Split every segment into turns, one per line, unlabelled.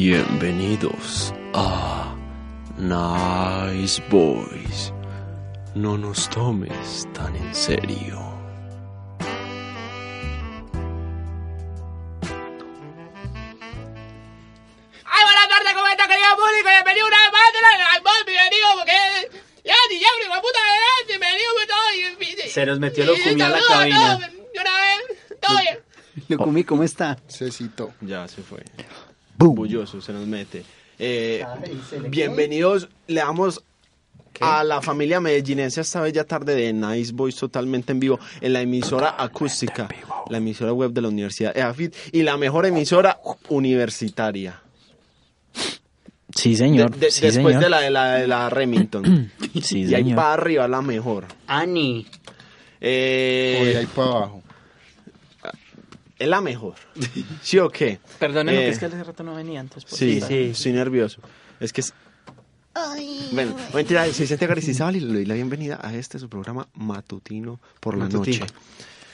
Bienvenidos a Nice Boys. No nos tomes tan en serio.
¡Ay, buenas tardes! ¿Cómo están, querido público? Bienvenido una vez más a la Boy, bienvenido, porque... Ya, ni ya, hijo de puta, ¿verdad? bienvenido, pues, todo... y- y-
Se nos metió locumia a la
saludo,
cabina.
todo, de una vez, todo bien.
Locumi, ¿cómo está?
Cecito.
Ya se fue.
¡Bum!
Bulloso, se nos mete. Eh,
Ah,
bienvenidos, le damos a la familia medellinense esta bella tarde de Nice Boys totalmente en vivo en la emisora acústica, la emisora web de la Universidad EAFIT y la mejor emisora universitaria.
Sí,
De-
señor.
de-
sí,
después
señor.
de la de la, de la Remington.
Sí,
y ahí
señor.
para arriba la mejor.
Ani,
Eh,
Por ahí para abajo.
Es la mejor. ¿Sí o qué?
Perdónenme,
Eh,
que es que hace rato no venía antes. por
Sí,
favor.
sí, estoy nervioso. Es que es... Bueno, mentira, soy Santiago Aristizábal y le doy la bienvenida a este su programa matutino por la
Matutino.
noche.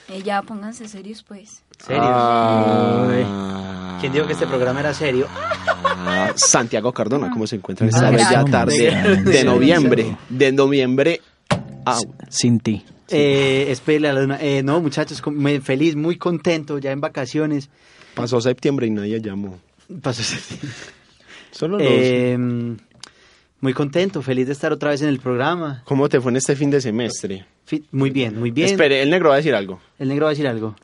Eh, ya, pónganse serios, pues.
serio.
Ah,
¿Quién dijo que este programa era serio?
ah, Santiago Cardona, ¿cómo se encuentra en esta
Ah,
bella
claro.
tarde
Venga,
de
sí,
noviembre? De noviembre. Ah, out.
Sin ti.
Eh, espele a la luna. Eh, no, muchachos, con- me- feliz, muy contento, ya en vacaciones.
Pasó septiembre y nadie llamó.
Pasó ese-
Solo los...
Eh, muy contento, feliz de estar otra vez en el programa.
¿Cómo te fue en este fin de semestre?
Fi- Muy bien, muy bien.
Espere, el negro va a decir algo.
El negro va a decir algo.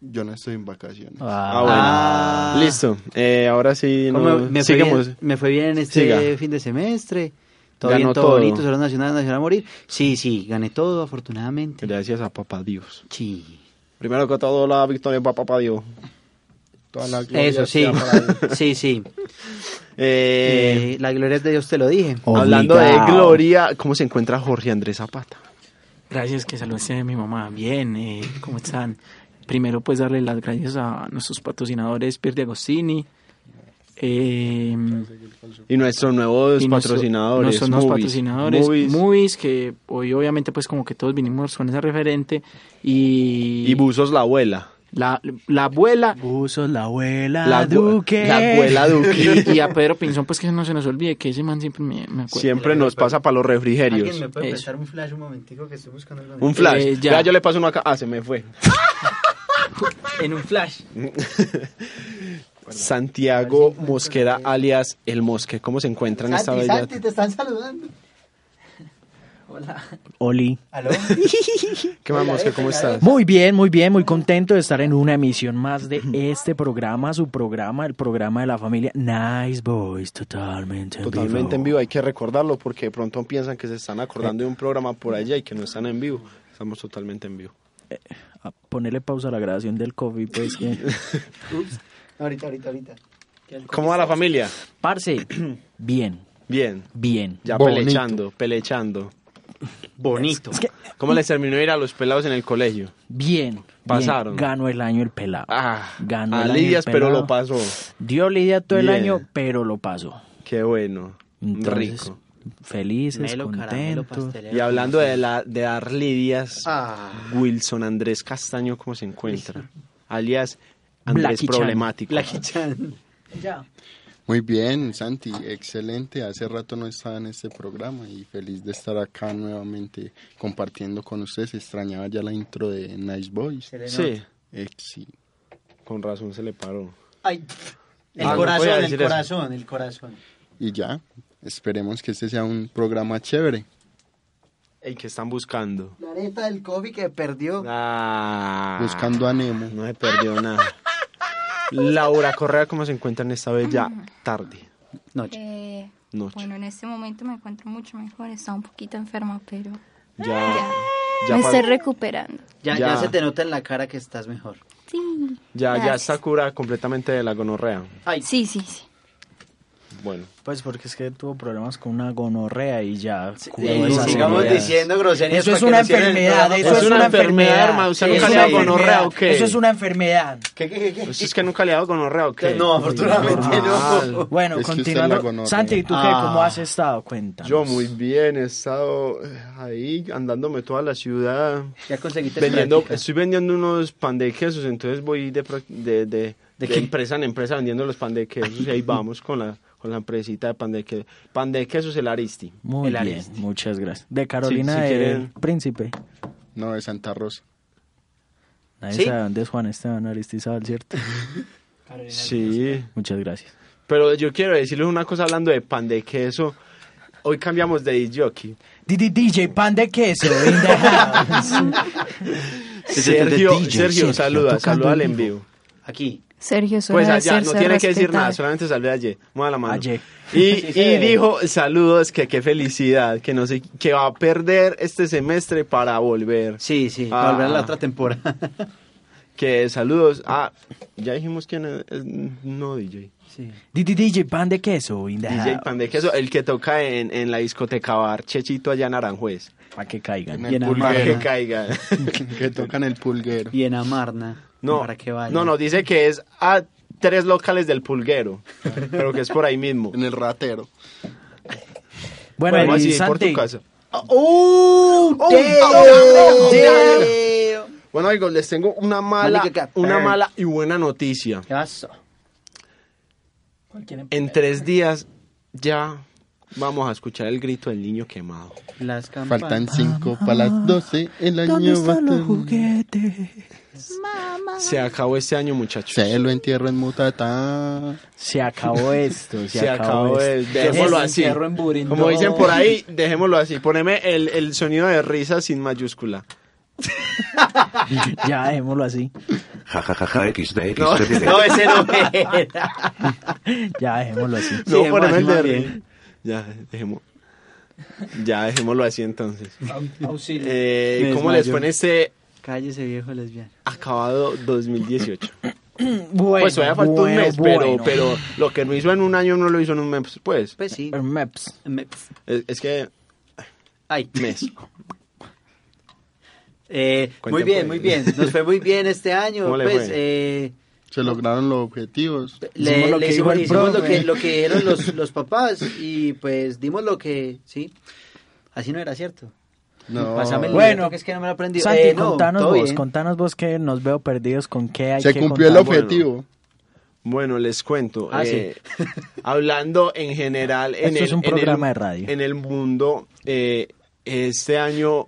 Yo no estoy en vacaciones.
Ah, bueno.
Ah.
Listo. Eh, ahora sí,
¿Cómo
no, pues.
me- me, fue
sigamos.
bien, me fue bien en este
Siga.
fin de semestre. Todo
Ganó
bien, todo,
todo.
bonito, solo nacional, nacional a morir. Sí, sí, gané todo, afortunadamente.
Gracias a papá Dios.
Sí.
Primero que todo, la victoria para papá Dios.
Toda la gloria
Eso, sí.
sea para él.
Sí, sí.
Eh,
Eh, la gloria es de Dios, te lo dije.
hablando de
Obligado.
gloria, ¿cómo se encuentra Jorge Andrés Zapata?
Gracias, que saludaste a mi mamá. Bien, eh, ¿cómo están? Primero, pues darle las gracias a nuestros patrocinadores, Pier de Agostini. eh,
Y nuestros nuevos
y nuestro-
patrocinadores.
nuestros nuevos
movies,
patrocinadores,
movies
movies. que hoy obviamente pues como que todos vinimos con esa referente y,
y Buzos la abuela.
la, la abuela
Buzos, la abuela,
La, abue-
Duque.
la abuela Duque.
y, y a Pedro Pinzón pues que no se nos olvide que ese man siempre me, me acuerda.
Siempre nos pasa para los refrigerios.
¿Alguien me puede
Eso.
prestar un flash un momentico que estoy buscando algo?
Un flash.
Eh,
ya.
ya.
yo le paso uno acá. Ah, se me fue.
En un flash.
Santiago Mosquera, alias El Mosque. ¿Cómo se encuentra en esta
Santi,
bella
Santi, te están saludando.
Oli.
¿Aló?
¿Qué más, Mosque? ¿Cómo estás?
Muy bien, muy bien, muy contento de estar en una emisión más de este programa, su programa, el programa de la familia Nice Boys, totalmente en vivo.
Totalmente en vivo, hay que recordarlo porque de pronto piensan que se están acordando de un programa por allá y que no están en vivo. Estamos totalmente en vivo.
A ponerle pausa a la grabación del COVID, pues que...
Ahorita, ahorita, ahorita.
¿Cómo va la familia?
Parce, bien,
Bien,
bien.
ya
Bonito.
pelechando, pelechando.
Bonito.
¿Cómo les terminó de ir a los pelados en el colegio?
Bien. bien.
Pasaron.
Ganó el año el pelado.
Ah,
Ganó
a
el año
Lidias,
el
pero
pelado.
lo pasó.
Dio lidia todo el
Bien.
año, pero lo pasó.
Qué bueno,
Entonces,
rico.
Felices,
Melo, caramelo,
contentos.
pastelero.
Y hablando de, la, de dar lidias,
Ah.
Wilson Andrés Castaño, ¿cómo se encuentra? Alias Andrés
Blackie Chan.
Problemático.
Blackie Chan.
Muy bien, Santi. Excelente. Hace rato no estaba en este programa y feliz de estar acá nuevamente compartiendo con ustedes. Extrañaba ya la intro de Nice Boys.
Se le
Sí,
nota.
Ex- sí.
con razón se le paró.
Ay. El
Ah, no podía
corazón, el
decir eso.
corazón, el corazón.
Y ya, esperemos que este sea un programa chévere.
El que están buscando.
La areta del COVID que perdió.
Ah.
Buscando a Nemo.
No se perdió nada. Laura Correa, ¿cómo se encuentra en esta bella tarde?
Noche.
Eh,
Noche.
bueno, en este momento me encuentro mucho mejor. Estaba un poquito enferma, pero
Ya. Ya,
me
pa-
estoy recuperando.
Ya,
Ya.
ya. se te nota en la cara que estás mejor.
Sí.
ya, ya
Gracias.
está curada completamente de la gonorrea.
Ay.
Sí, sí, sí.
Bueno,
Pues porque es que tuvo problemas con una gonorrea y ya. curó
Y
esas
sigamos
gonorreas.
diciendo groserías.
Eso es
para
una
que nos cierren el
enfermedad,
programa,
eso
pues.
es una enfermedad.
hermano. ¿Usted
Eso
nunca
es
le
una
ha dado gonorrea o
enfermedad.
qué?
Eso es una enfermedad.
¿Qué, qué, qué,
Pues es que nunca le ha dado gonorrea o
qué?
qué.
No, afortunadamente
normal.
no.
Bueno,
Es que usted la
continuando.
conoce.
Santi, ¿tú qué?
Ah.
¿Cómo has estado? Cuenta.
Yo muy bien, he estado eh, ahí andándome toda la ciudad.
Ya conseguiste
Vendiendo,
práctica.
estoy vendiendo unos pan de quesos, entonces voy de, pra- de, de, de empresa en empresa vendiendo los pan de quesos y ahí vamos con la, con la empresita de pan de quesos. Pan de quesos el Aristi.
Muy
El
bien,
Aristi.
muchas gracias. De Carolina
Sí, si
del
quieren.
Príncipe.
No, de Santa Rosa.
Nadie
¿Sí?
sabe dónde es Juan Esteban Aristizábal, ¿cierto?
Sí,
Muchas gracias.
pero yo quiero decirles una cosa hablando de pan de queso. Hoy cambiamos de disc jockey.
D- D- DJ Pan de Queso, in the house.
Sergio,
DJ,
Sergio, saluda, saluda al envío.
Aquí.
Sergio, suele
Pues allá, no
hacerse
tiene que decir
respetar.
nada, solamente salve a Ye, mueva la mano.
A Ye.
Y,
Sí, sí.
y dijo, saludos, que qué felicidad, que no sé, que va a perder este semestre para volver.
Sí, sí.
Ah.
Para volver a la otra temporada.
Que saludos, ah, ya dijimos quién es, es- no DJ.
Sí. Ah.
D- D- DJ Pan de Queso, in the
DJ
house.
Pan de Queso, el que toca en, en la discoteca bar Chechito allá en Aranjuez.
Para que caigan.
En
Y
el
en
pulgar.
Para
Amar.
que
Bueno.
caiga.
que tocan el pulguero.
Y en Amarna.
No,
Para que vaya.
no, no, dice que es a tres locales del pulguero, pero que es por ahí mismo.
En el ratero.
Bueno,
Bueno,
y
así, por
Santi,
tu casa.
¡Oh!
damn,
damn.
¡Eh! Bueno, amigos, les tengo una mala,
Marica, que-
una mala y buena noticia.
¿Qué pasó?
En tres días ya vamos a escuchar el grito del niño quemado.
Las campanas. Ah.
Faltan cinco para las doce. El año va a terminar.
Se acabó este año, muchachos.
Se lo entierro en Mutatá.
se acabó esto, se,
Se acabó
esto.
el- dejémoslo
Es-
así.
encierro en Burindó.
Como dicen por ahí, dejémoslo así. Poneme el, el sonido de risa sin mayúscula.
Ya, dejémoslo así.
Jajajaja XD
No,
XD.
No, ese no era.
Ya, dejémoslo así.
No,
Sí,
poneme
más,
el de risa.
más bien.
Ya, dejemos. Ya, dejémoslo así entonces.
Auxilio.
Eh,
Me
¿Cómo les
desmayo.
pone este
Cállese, viejo lesbiano.
acabado 2018?
Bueno,
pues todavía falta un
bueno,
mes,
bueno.
pero, pero lo que no hizo en un año no lo hizo en un mes, pues.
Pues sí.
Eh, Meps.
Me-
Es, es que
Ay.
mes.
Eh, muy
Cuenten, pues.
bien, muy bien. Nos fue muy bien este año.
¿Cómo le
pues,
fue?
eh,
Se lograron los objetivos.
le,
Hicimos lo
le
que dijo
hicimos,
el
hicimos lo,
profe.
que, lo que dijeron los, los papás y pues dimos lo que, sí. Así no era cierto.
No.
Pásame el
Bueno.
libreto, que es que no me lo aprendí.
Santi,
Eh, no,
contanos
todo
vos,
bien.
contanos vos que nos veo perdidos con qué hay
Se
que
cumplió el
contar.
objetivo.
Bueno, les cuento.
Ah,
eh, hablando en general, en
Esto
el,
es un
en el-
programa de radio.
En el mundo, eh, este año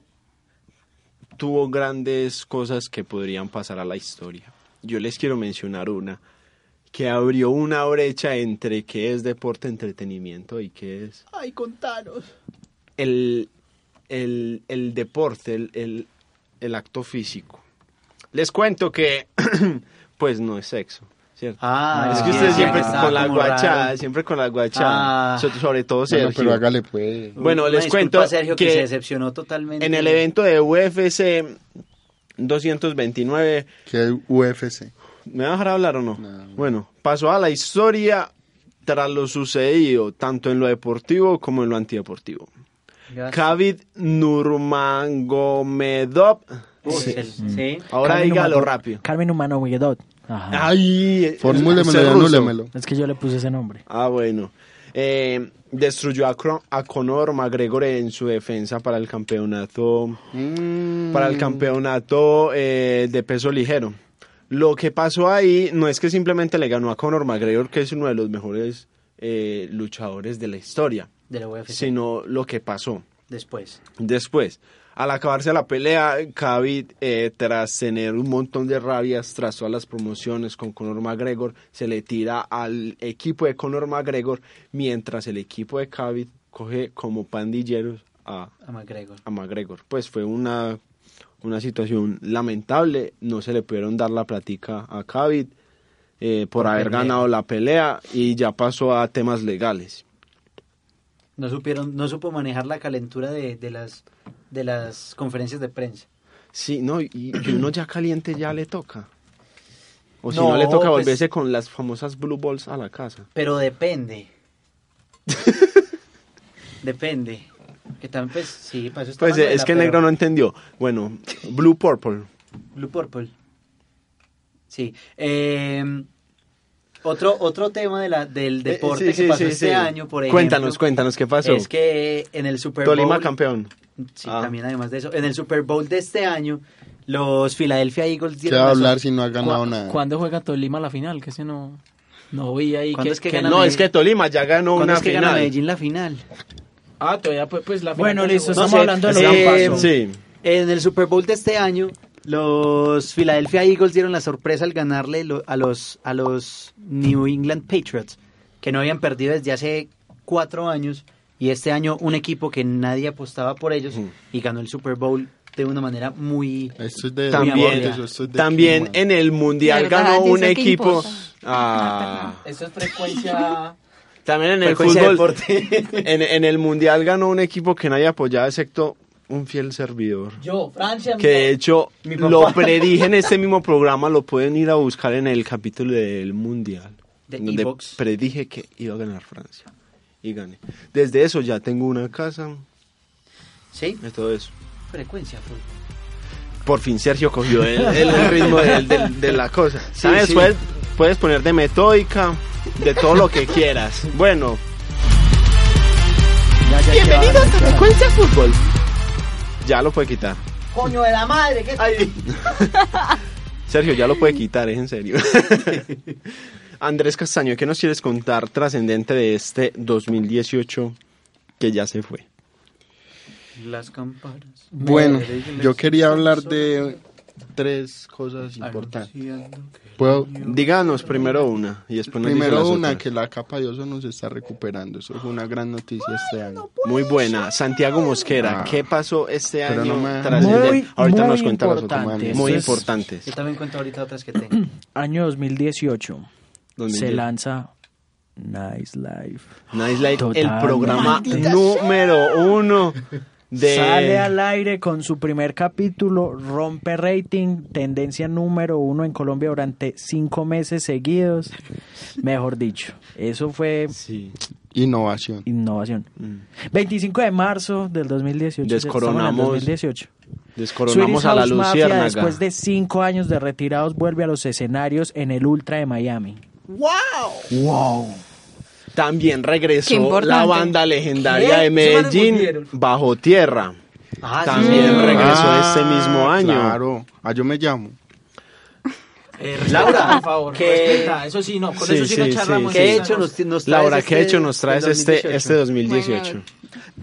tuvo grandes cosas que podrían pasar a la historia. Yo les quiero mencionar una que abrió una brecha entre qué es deporte, entretenimiento y qué es
Ay, contanos.
el, el, el deporte, el, el- el acto físico. Les cuento que, pues no es sexo, ¿cierto?
Ah,
es que ustedes
ah,
siempre
estaba
con la
como raro.
guachada, siempre con la guachada,
Ah.
so- sobre todo Sergio.
Bueno, pero hágale pues.
Bueno,
Una
les
disculpa,
cuento
Sergio, que,
que
se decepcionó totalmente.
en el evento de UFC 229,
Que UFC.
¿me va a dejar hablar o no?
No.
Bueno, pasó a la historia tras lo sucedido, tanto en lo deportivo como en lo antideportivo.
Ya.
Khabib Nurmagomedov.
Sí. sí.
Ahora
Carmen
dígalo
Humano-
rápido.
Carmen Humano Huguedot. Ajá.
Ay,
Formúlemelo
usted
y
es ruso.
anúlemelo.
Es que yo le puse ese nombre.
Ah, bueno. Eh, destruyó a, Cro- a Conor McGregor en su defensa para el campeonato para el campeonato eh, de peso ligero. Lo que pasó ahí no es que simplemente le ganó a Conor McGregor, que es uno de los mejores eh, luchadores de la historia,
De la UFC.
sino lo que pasó.
Después.
Después, al acabarse la pelea, Khabib, eh, tras tener un montón de rabias, tras todas las promociones con Conor McGregor, se le tira al equipo de Conor McGregor, mientras el equipo de Khabib coge como pandilleros a,
A McGregor.
a McGregor. Pues fue una, una situación lamentable, no se le pudieron dar la platica a Khabib eh, por haber
pelea.
ganado la pelea y ya pasó a temas legales.
No supieron, no supo manejar la calentura de, de las de las conferencias de prensa.
Sí, no, y, y uno ya caliente ya le toca. O si
No,
no, le toca
pues-
volverse con las famosas blue balls a la casa.
Pero depende. Depende. ¿Qué tan, pues? Sí, para eso está
Pues
Manuela,
es que el
pero-
negro no entendió. Bueno, Blue Purple.
Blue Purple. Sí. eh, otro, otro tema de la, del deporte
Eh, sí, sí,
que pasó
sí,
este
sí.
año, por ejemplo.
Cuéntanos, cuéntanos, ¿qué pasó?
Es que en el Super Bowl.
Tolima campeón.
Sí,
Ah.
también además de eso. En el Super Bowl de este año, los Philadelphia Eagles
¿Qué
dieron
va a
la
hablar
sor-
si no ha ganado
¿Cuá-
nada?
¿Cuándo juega Tolima la final? Que si no, no vi ahí.
¿Cuándo es que gana
No, es que Eh, Tolima ya ganó
¿Cuándo
una
es que gana
final.
Medellín la final?
Ah, todavía pues, pues la final.
Bueno,
pues,
listo,
no
estamos
sé.
hablando de lo
eh,
que pasó.
Sí.
En el Super Bowl de este año, los Philadelphia Eagles dieron la sorpresa al ganarle lo- a, los, a los New England Patriots, que no habían perdido desde hace cuatro años, y este año un equipo que nadie apostaba por ellos y ganó el Super Bowl de una manera muy...
Esto es de
También,
deportes, esto es de
también
clima.
en el mundial
Verdad,
ganó
¿y eso
un
qué
equipo.
importa?
Ah,
Eso es frecuencia.
también en el
frecuencia
fútbol.
de deporte.
En, en el mundial ganó un equipo que nadie apoyaba excepto un fiel servidor.
Yo, Francia.
Que de hecho
Mi papá.
lo predije en este mismo programa, lo pueden ir a buscar en el capítulo del mundial.
De
donde
Evox.
predije que iba a ganar Francia. Y gané. Desde eso ya tengo una casa,
sí,
de todo eso.
frecuencia. fue.
Por fin Sergio cogió el, el ritmo del- del- de la cosa.
Sí,
¿Sabes?
sí.
Puedes, puedes poner de metódica, de todo lo que quieras. Bueno.
Ya, ya, ya.
a Frecuencia Fútbol. Ya lo puede quitar.
Coño de la madre, ¿qué Ay,
Sergio, ya lo puede quitar, es en serio. Andrés Castaño, ¿qué nos quieres contar trascendente de este 2018 que ya se fue?
Las campanas.
Bueno, yo quería hablar de tres cosas importantes. Puedo,
Díganos primero una y después nos dice
primero
las
una,
otras.
que la capa de ozono se está recuperando. Eso fue una gran noticia este año.
Muy buena. Santiago Mosquera,
Ah.
¿qué pasó este
Pero
año
no me-
trascendente?
Muy,
Ahorita
muy
nos cuenta las otras.
importante.
mames.
Esto
Muy
es
importantes.
Yo también cuento ahorita otras que tengo.
Año 2018.
Donde
Se
yo-
lanza Nice Life.
Nice Life, el
Totalmente.
programa número uno de...
Sale al aire con su primer capítulo, rompe rating, tendencia número uno en Colombia durante cinco meses seguidos. Mejor dicho, eso fue
Sí. Mm.
Innovación.
innovación. 25 de marzo del 2018. estamos en el
Descoronamos-
2018.
Descoronamos
Swedish
a la
House Mafia,
luciérnaga.
después de cinco años de retirados, vuelve a los escenarios en el Ultra de Miami.
También
Qué
regresó
importante.
la banda legendaria
¿Qué?
de Medellín, Bajo Tierra.
Ah, sí.
También
Mm.
regresó
Ah,
este mismo año.
Claro. Ah, yo me llamo.
Laura,
por favor.
que-
respeta, Eso sí, no. Con
Sí,
eso sí, no
sí,
charlamos.
sí,
¿Qué
sí.
hecho nos, nos traes
Laura, ¿qué
este-
hecho nos traes
del
este,
2018?
este 2018?
Bueno.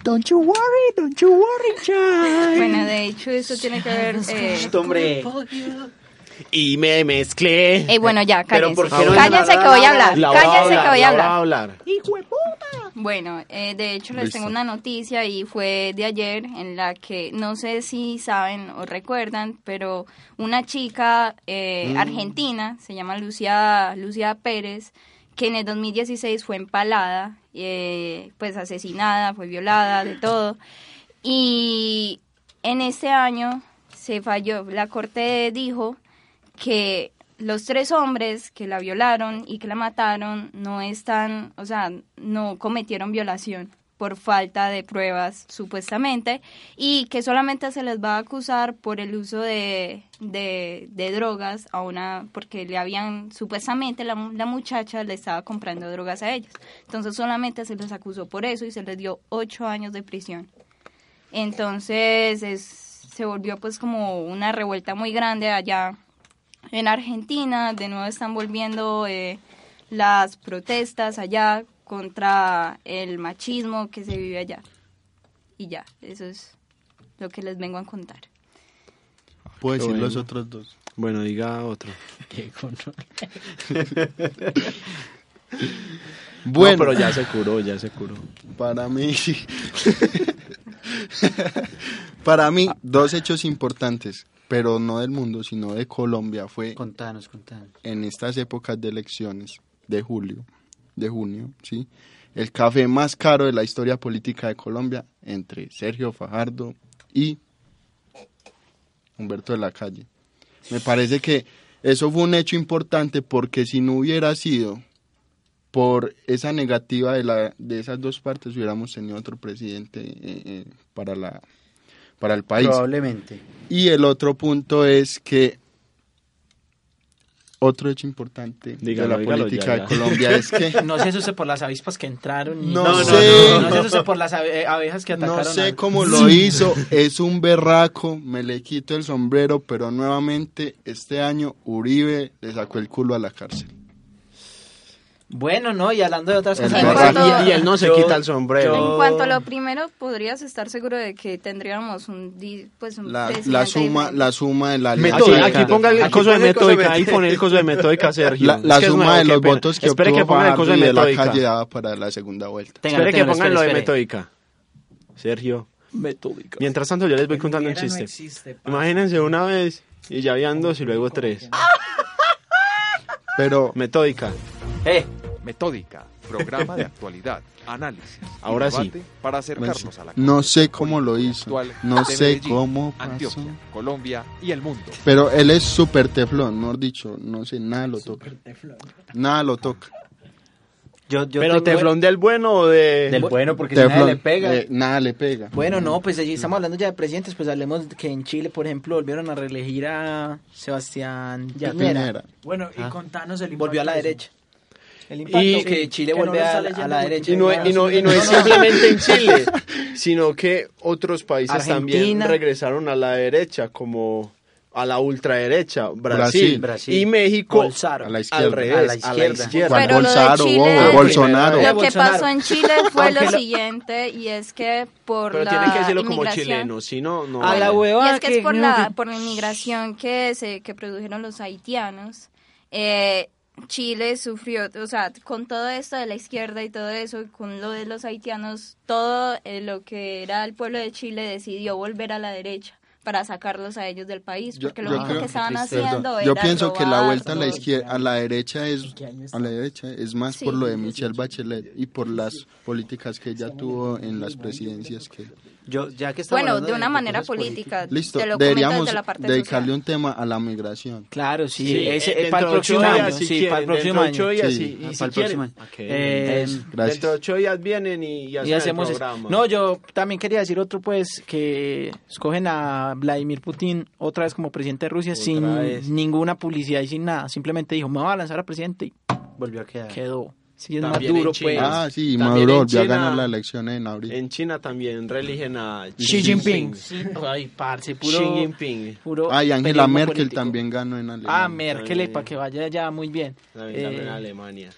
Don't you worry, don't you worry, child.
Bueno, de hecho, eso tiene que ver. Eh,
Hombre,
Y me mezclé.
eh, bueno, ya,
Pero ¿por
cállense.
qué no dejan
Cállense
hablar
que
a
voy a
Laura?
hablar.
Laura va a
Cállense que voy a
Laura va
hablar.
hablar.
Bueno, eh, de hecho les
Listo.
tengo una noticia y fue de ayer en la que no sé si saben o recuerdan, pero una chica eh, argentina, se llama Lucia, Lucia Pérez, que en el 2016 fue empalada, eh, pues asesinada, fue violada, de todo. Y en este año se falló, la corte dijo que los tres hombres que la violaron y que la mataron no están, o sea, no cometieron violación por falta de pruebas supuestamente y que solamente se les va a acusar por el uso de, de, de drogas a una, porque le habían, supuestamente la, mu- la muchacha le estaba comprando drogas a ellos. Entonces solamente se les acusó por eso y se les dio ocho años de prisión. Entonces es- se volvió pues como una revuelta muy grande allá en Argentina. De nuevo están volviendo eh, las protestas allá contra el machismo que se vive allá. Y ya, eso es lo que les vengo a contar.
Puedo
Qué
decir los
bueno.
otros dos.
Bueno, diga otro.
Bueno,
No, pero ya se curó, ya se curó.
para mí. para mí, dos hechos importantes, pero no del mundo, sino de Colombia, fue
Contanos, contanos.
en estas épocas de elecciones de julio, de junio, ¿sí? El café más caro de la historia política de Colombia entre Sergio Fajardo y Humberto de la Calle. Me parece que eso fue un hecho importante porque si no hubiera sido por esa negativa de, la, de esas dos partes hubiéramos tenido otro presidente eh, eh, para, la, para el país.
Probablemente.
Y el otro punto es que otro hecho importante
Dígalo,
de la
dígalo,
política
ya,
de
ya.
Colombia es que
No se asuste por las avispas que entraron. ni-
No
no,
sé.
No, no, no se asuste por las abe- abejas que atacaron.
no sé
al-
cómo lo hizo, es un berraco, me le quito el sombrero, pero nuevamente este año Uribe le sacó el culo a la cárcel.
Bueno, no, y hablando de otras
El
cosas.
En cuanto-
Y- y él no se quita el sombrero.
En
Oh.
yo-
cuanto a lo primero, podrías estar seguro de que tendríamos un, di- pues, un
La,
presidente
la suma,
diferente.
la suma de la
Aquí,
Metódica.
aquí ponga el
Aquí
coso
ponga el
de
coso de
metódica, ahí pone el coso de metódica, Sergio.
la, la
Es que es
suma
nuevo,
de
qué
los
pena.
votos que
Espere que
obtuvo
ponga el coso de
Fajardo y de la calle
metódica.
daba para la segunda vuelta.
Téngalo,
Espere que
téngalo,
pongan
espere,
lo de
espere.
metódica. Sergio. Metódica. Mientras tanto, yo les voy contando un
Mira, no
chiste.
existe, pa.
Imagínense una vez y ya habían dos y luego tres.
Ah.
Pero
Metódica.
Eh,
Metódica, programa de actualidad, análisis. y
Ahora sí.
debate Para acercarnos a la
Pues, no
coyuntura
sé cómo lo
política
hizo,
actual
no
de
sé
Medellín,
cómo pasó.
Antioquia, Colombia y el mundo.
Pero él es súper teflón, mejor dicho, no sé, nada lo toca. Nada lo toca.
yo, yo
Pero
tengo-
teflón del bueno o de...
Del bueno, porque si nadie
Teflón,
le pega.
eh, nada le pega.
Bueno, no, pues allí estamos hablando ya de presidentes, pues hablemos que en Chile, por ejemplo, volvieron a reelegir a Sebastián
Qué
Piñera.
Piñera.
Bueno,
Ah.
Ah.
y contanos el impacto
Volvió a la
de eso.
derecha. El impacto
Y-
que Chile
que no
vuelve
lo
a,
está
la- a
leyendo
la
mucho.
derecha.
Y no, y no- y no es simplemente en Chile, sino que otros países también
Argentina.
regresaron a la derecha, como a la ultraderecha,
Brasil.
Brasil,
Brasil.
y México
Bolsaro.
A la izquierda.
al revés, a la izquierda.
A la
Pero
Juan
lo de
Bolsaro,
Chile- eh,
bobo, Bolsonaro.
Lo que
Bolsonaro.
pasó en Chile fue lo
Ángela.
siguiente y es que por
Pero
la
tienen que decirlo como
inmigración-
chileno, si no, no.
A la hue-
Y
huevada
es que es
que-
por la, por la inmigración que, se, que produjeron los haitianos. Eh, Chile sufrió, o sea, con todo esto de la izquierda y todo eso, con lo de los haitianos, todo eh, lo que era el pueblo de Chile decidió volver a la derecha para sacarlos a ellos del país,
Yo-
porque lo
yo
único
creo-
que estaban
Perdón,
haciendo era
Yo pienso que la
robar,
vuelta a la
robar.
izquierda, a la derecha es a la derecha es más
Sí.
por lo de Michelle Bachelet y por las políticas que ella tuvo en las presidencias que
Yo, ya que estamos
Bueno,
hablando
de una manera
cosas
política.
listo
te lo comento
deberíamos
desde la parte
dedicarle
social.
un tema a la migración.
Claro, sí,
Sí,
ese-
eh,
eh,
dentro
para el
de
próximo
ocho días,
año.
si
Sí,
quieren,
para el próximo
dentro de
año.
ocho días,
Sí,
y- y
ah,
si
para el próximo
quieren.
año.
Ok,
Eh,
entonces,
gracias.
Dentro de ocho días vienen y,
Y hacemos
el
eso.
programa.
No, yo también quería decir otro, pues, que escogen a Vladimir Putin otra vez como presidente de Rusia
Otra
sin
vez.
ninguna publicidad y sin nada. Simplemente dijo, me voy a lanzar a presidente y
Volvió a quedar.
quedó. Si es más
También en
duro,
China.
pues.
Ah, sí,
También
Maduro
en
volvió a
China-
ganar la elección en abril.
En China también religen a
Xi Jinping. Ay, parce, puro...
Xi Jinping.
puro
Ay, Angela
periodismo
Merkel
político.
también ganó en Alemania.
Ah, Merkel, para que vaya ya muy bien.
También, también
Eh,
en Alemania.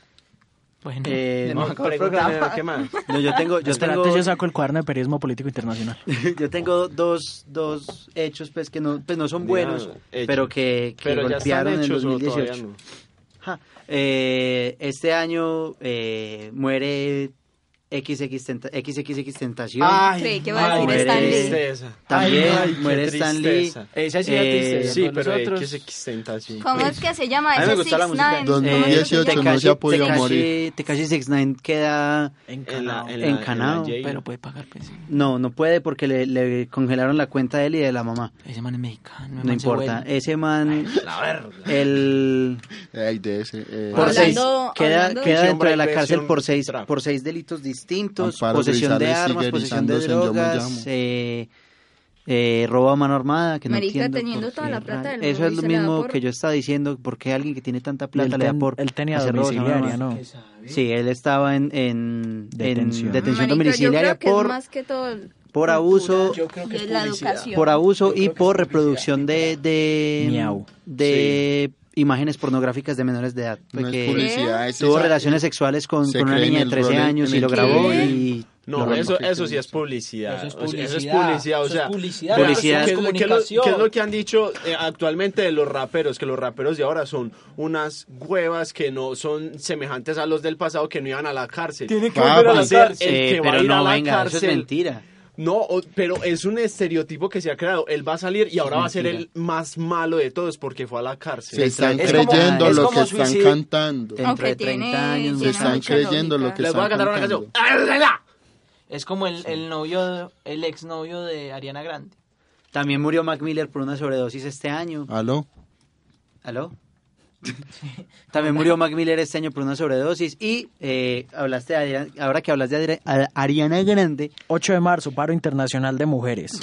Bueno,
Eh,
no,
no,
acabo el
Pregúntame,
programa.
¿qué más?
No, yo tengo, yo
Espérate,
tengo,
yo saco el cuaderno de periodismo político internacional.
yo tengo dos, dos hechos pues que no, pues no son
Diga,
buenos,
Eh,
hecho.
pero que, que
Pero ya están
golpearon en
hechos o todavía
2018.
no.
Ja. Eh, este año eh, muere XXX, Tenta- XXX Tentación.
Ay,
Creí que iba a
ay,
decir Stan
muere-
Lee.
Tristeza.
También
Ay, qué
muere Stan Lee.
tristeza.
Esa sí la
Eh,
tristeza.
Sí,
con
pero eh,
nosotros.
que se quisenta, sí.
¿Cómo es que se llama?
A mí me
Ese
gusta la
Six
música.
Nine. ¿Cómo es que se
2018
llama?
no se ha podido
Tekashi-
morir.
Tekashi 69 queda
En la- en la-
Encanado,
en la J.
Pero puede pagar, pues.
no, no puede porque le, le congelaron la cuenta de él y de la mamá.
Ese man es mexicano.
No importa. Ese man,
La verdad.
el
Ay, de ese, eh,
por seis,
Hablando-
queda,
hablando de-
queda
Sí,
dentro
hombre,
de la cárcel
versión
por seis,
trap.
por seis delitos distintos,
Amparo
posesión de
Grisales
armas,
sigue
posesión de
erizándose en Yo me
drogas,
llamo.
eh, eh, robo a mano armada, que no
Marica,
entiendo
teniendo
por
toda
qué
la plata
rayos.
del mundo
Eso es
y
lo
se le da
mismo
por-
que yo estaba diciendo, porque alguien que tiene tanta plata
él
le da
ten-
por
él tenía
hacer robos a mano
domiciliaria,
armada?
¿no?
Sí, él estaba en, en
Detención.
en detención
Marica,
domiciliaria
yo creo que es
por,
más que todo
por abuso
y es la educación.
por abuso y por reproducción de de,
Miau.
de imágenes pornográficas de menores de edad.
no
porque
es publicidad, es
tuvo
esa-
relaciones sexuales con,
se
con una
cree en
niña de
el
13
rol en-
años
en
y
el
lo
que
grabó
vive.
y
No,
Lo
eso,
mismo que
eso sí
tú
es publicidad.
Eso es
O sea, Eso es
publicidad,
publicidad. O
eso es
sea,
publicidad,
vea,
publicidad,
¿qué, es lo- qué es lo-
comunicación.
qué es lo que han dicho eh, actualmente de los raperos? Que los raperos de ahora son unas huevas que no son semejantes a los del pasado que no iban a la cárcel.
que volver a la
Ser
cárcel.
El
Eh,
que va
pero
a ir a
no,
la
venga,
cárcel.
eso es mentira.
No, o- pero es un estereotipo que se ha creado. Él va a salir y ahora va a ser el
mentira.
más malo de todos porque fue a la
se
cárcel.
están
Es como-
creyendo
es
lo
como
que están
suicidio.
cantando.
Dentro
Aunque
de 30
tiene-
años,
tiene
están
mucha
creyendo
lógica.
lo que
Les voy a
están
cantar una
cantando.
canción. ¡Arrela!
Es como el, el novio, el exnovio de Ariana Grande.
También murió Mac Miller por una sobredosis este año.
¿Aló?
¿Aló? También murió Mac Miller este año por una sobredosis. Y eh, hablaste de Adriana- ahora que hablas de Adri- a- Ariana Grande.
8 de marzo, paro internacional de mujeres.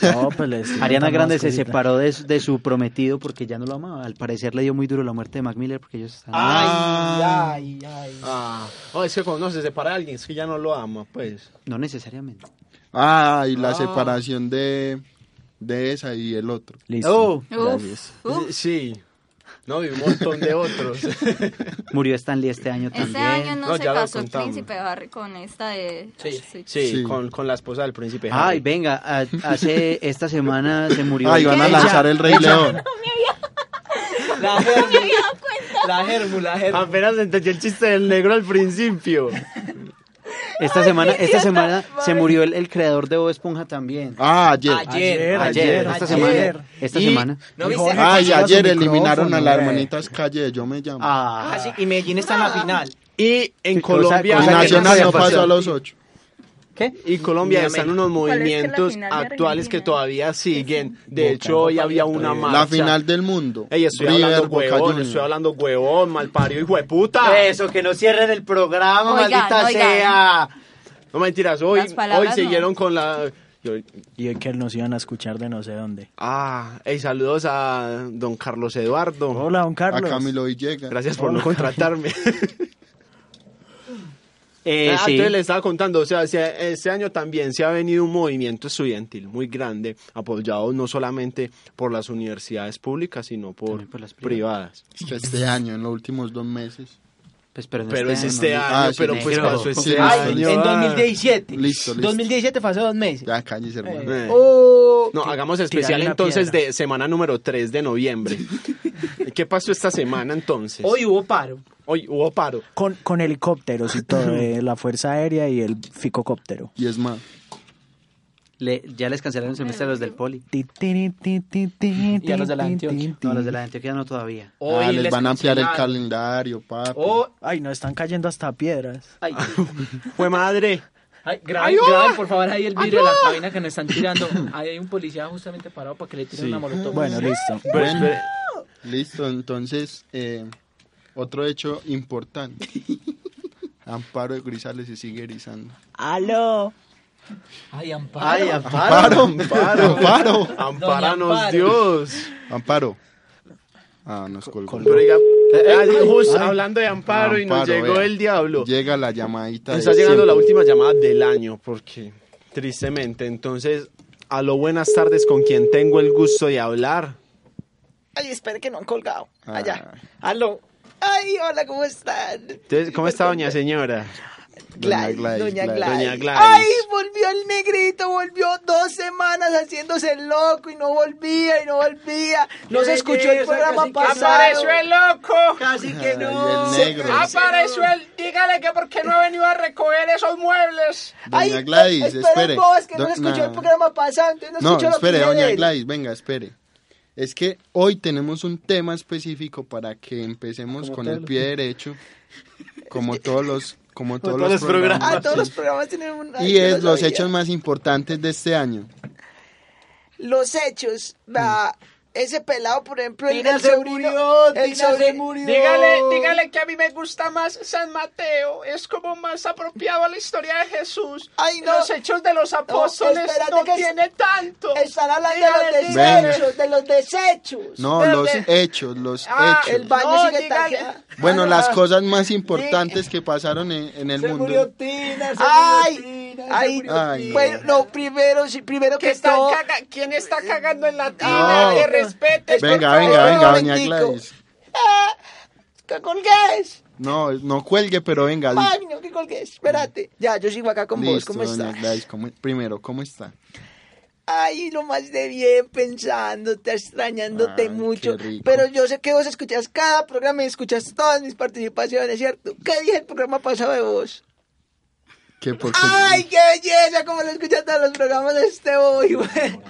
No, pues les estoy
Ariana
contando
Grande
más
se
cositas.
separó de, su- de su prometido porque ya no lo amaba. Al parecer le dio muy duro la muerte de Mac Miller porque ellos estaban.
Ay, ay, ay. Ah, oh, es que cuando uno se separa de alguien, es que ya no lo ama, pues.
No necesariamente.
Ah, y la
Ah.
separación de, de esa y el otro.
Oh,
Gracias.
Uf, uf.
Sí. No, y un montón de otros.
murió Stanley este año
Este
también.
año no,
No,
se
ya lo
casó el
contamos.
príncipe Harry con esta de... Sí.
Sí,
Sí.
Con, con la esposa del príncipe. Harry.
Ay, venga, a- hace esta semana se murió.
Ay, van a
Ella-
lanzar el Rey León.
La germu, la germu, la germu.
Apenas entendí el chiste del negro al principio.
Esta semana, esta semana se murió el, el creador de Bob Esponja también.
Ah, ayer.
Ayer,
Ayer,
Ayer,
ayer,
esta
ayer.
semana. Esta
Y-
semana.
¿No viste?
Ay,
Jorge,
ayer
su
eliminaron a la
micrófono,
hermanita Calle de Yo Me Llamo.
Ah,
Ah, sí, y Medellín está en la final.
Y en
cosa-
Colombia.
Y
cosa que no
Nacional
había
no pasó
pasado.
a los ocho.
Y Colombia
Ni
están
América.
unos
es que la
movimientos
final de
actuales
Argentina?
que todavía siguen. De hecho, hoy había una marcha.
Eh, La final del mundo.
Ey, estoy
River,
hablando
Boca
huevón,
Juniors.
estoy hablando huevón, malparido, hijo de puta.
Eso, que no cierren el programa,
Oigan,
maldita
oigan.
sea.
No mentiras, hoy,
Las palabras
hoy
no.
siguieron con la... yo-
Y hoy que nos iban a escuchar de no sé dónde.
Ah, ey, saludos a don Carlos Eduardo.
Hola, don
A
Carlos.
Camilo Villegas.
Gracias por no contratarme.
Eh,
ah,
sí.
entonces le estaba contando, o sea, se- este año también se ha venido un movimiento estudiantil muy grande, apoyado no solamente por las universidades públicas, sino por,
También por las
privadas.
Este año, en los últimos dos meses.
Pues, pero no
Pero es este
no, no.
año,
Ah, sí,
pero pues
negro.
pasó este
Sí,
Ay,
año.
en
ah.
2017.
Listo, listo.
2017 pasó dos meses.
Ya, cállese, hermano.
Eh.
Oh,
No, hagamos especial
tirarle la
entonces
piedra.
de semana número 3 de noviembre. ¿Qué pasó esta semana entonces?
hoy hubo paro.
Hoy hubo paro.
Con, con helicópteros y todo, de la Fuerza Aérea y el ficocóptero.
Y es más.
Le- ya les cancelaron el semestre a los del poli.
Y
a los de la Antioquia.
No, a los de la Antioquia no todavía.
Hoy
ah, les van a ampliar el
cancelaron.
calendario, papi.
Oh,
Ay, nos están cayendo hasta piedras.
Ay,
Fue madre.
Ay, graben,
oh!
graben, Ah, por favor, ahí el vidrio de
¡Ah!
la cabina que nos están tirando. Ahí hay un policía justamente parado para que le tiren
Sí.
una molotov.
Bueno, listo.
Pero
Bueno.
espere- pues.
Listo, entonces, eh, otro hecho importante. Amparo de Grisales se sigue erizando.
¡Aló!
Ay, amparo.
ay,
Amparo,
amparo.
Amparo, Amparo.
Ampáranos
Amparo.
Dios.
Amparo. Ah, nos colgó. Eh,
Pero diga, ah, justo hablando de Amparo, y nos
Amparo,
llegó
vea.
el diablo.
Llega la llamadita.
Nos
de
está llegando
siempre.
la última llamada del año, porque tristemente. Entonces, a lo buenas tardes con quien tengo el gusto de hablar.
Ay, espere que no han colgado.
Ah.
Allá. Aló. Ay, hola, ¿cómo están?
Entonces, ¿cómo está doña señora?
Doña Gladys,
Doña
Gladys.
Gladys.
Doña Gladys.
Ay, volvió el negrito, volvió dos semanas haciéndose el loco y no volvía y no volvía. No se escuchó el programa pasado.
Apareció
el loco.
Casi que no.
Ay, el negro.
Apareció el. Dígale que por qué no ha venido a recoger esos muebles.
Doña Gladys, espere.
No, es que no
Do-
se escuchó
nah.
el programa pasado, entonces no,
No,
escuchó la
espere,
opinión de
doña
él.
Gladys, venga, espere. Es que hoy tenemos un tema específico para que empecemos con el pie derecho, como todos los, como todos los programas.
Ah, todos los
sí.
programas tienen un. ay,
Y
yo no
es los
sabía.
hechos más importantes de este año.
los hechos, va,
Mm.
ese pelado, por ejemplo, el,
Tina
el
se
sobrino,
murió,
el
Tina se
sobrino-
murió.
Dígale, dígale que a mí me gusta más San Mateo, es como más apropiado a la historia de Jesús.
Ay, no.
Los hechos de los apóstoles
espérate
no
que es-
tiene tanto.
Están hablando
Dígale,
de los
dígale.
desechos, de los desechos.
No,
Espérate.
los hechos, los
Ah,
hechos.
El baño
No,
sigue
dígale.
tanqueado.
Bueno, las cosas más importantes que pasaron en, en el
ah, Se murió
mundo.
Tina, se murió
Ay,
Tina.
ay,
Ay, no.
bueno, no, primero, sí, primero
Que
que
están
todo.
caga-
¿Quién está cagando en la
tina? Que
respete.
Venga, venga, venga, doña Gladys.
Ah, que colgues.
No, no cuelgue, pero venga. li-
Ay, no, que colgues. Espérate.
Ya, yo sigo acá con vos,
listo,
¿cómo
doña
estás?
Gladys. ¿cómo- primero, ¿cómo está?
Ay, lo más de bien pensándote, extrañándote
Ay, qué
mucho.
rico.
Pero yo sé que vos escuchas cada programa y escuchas todas mis participaciones, ¿cierto? ¿Qué dije el programa pasado de vos?
¿Qué, por qué-
¡Ay, qué belleza! Como lo escuchas todos los programas de este hoy, güey.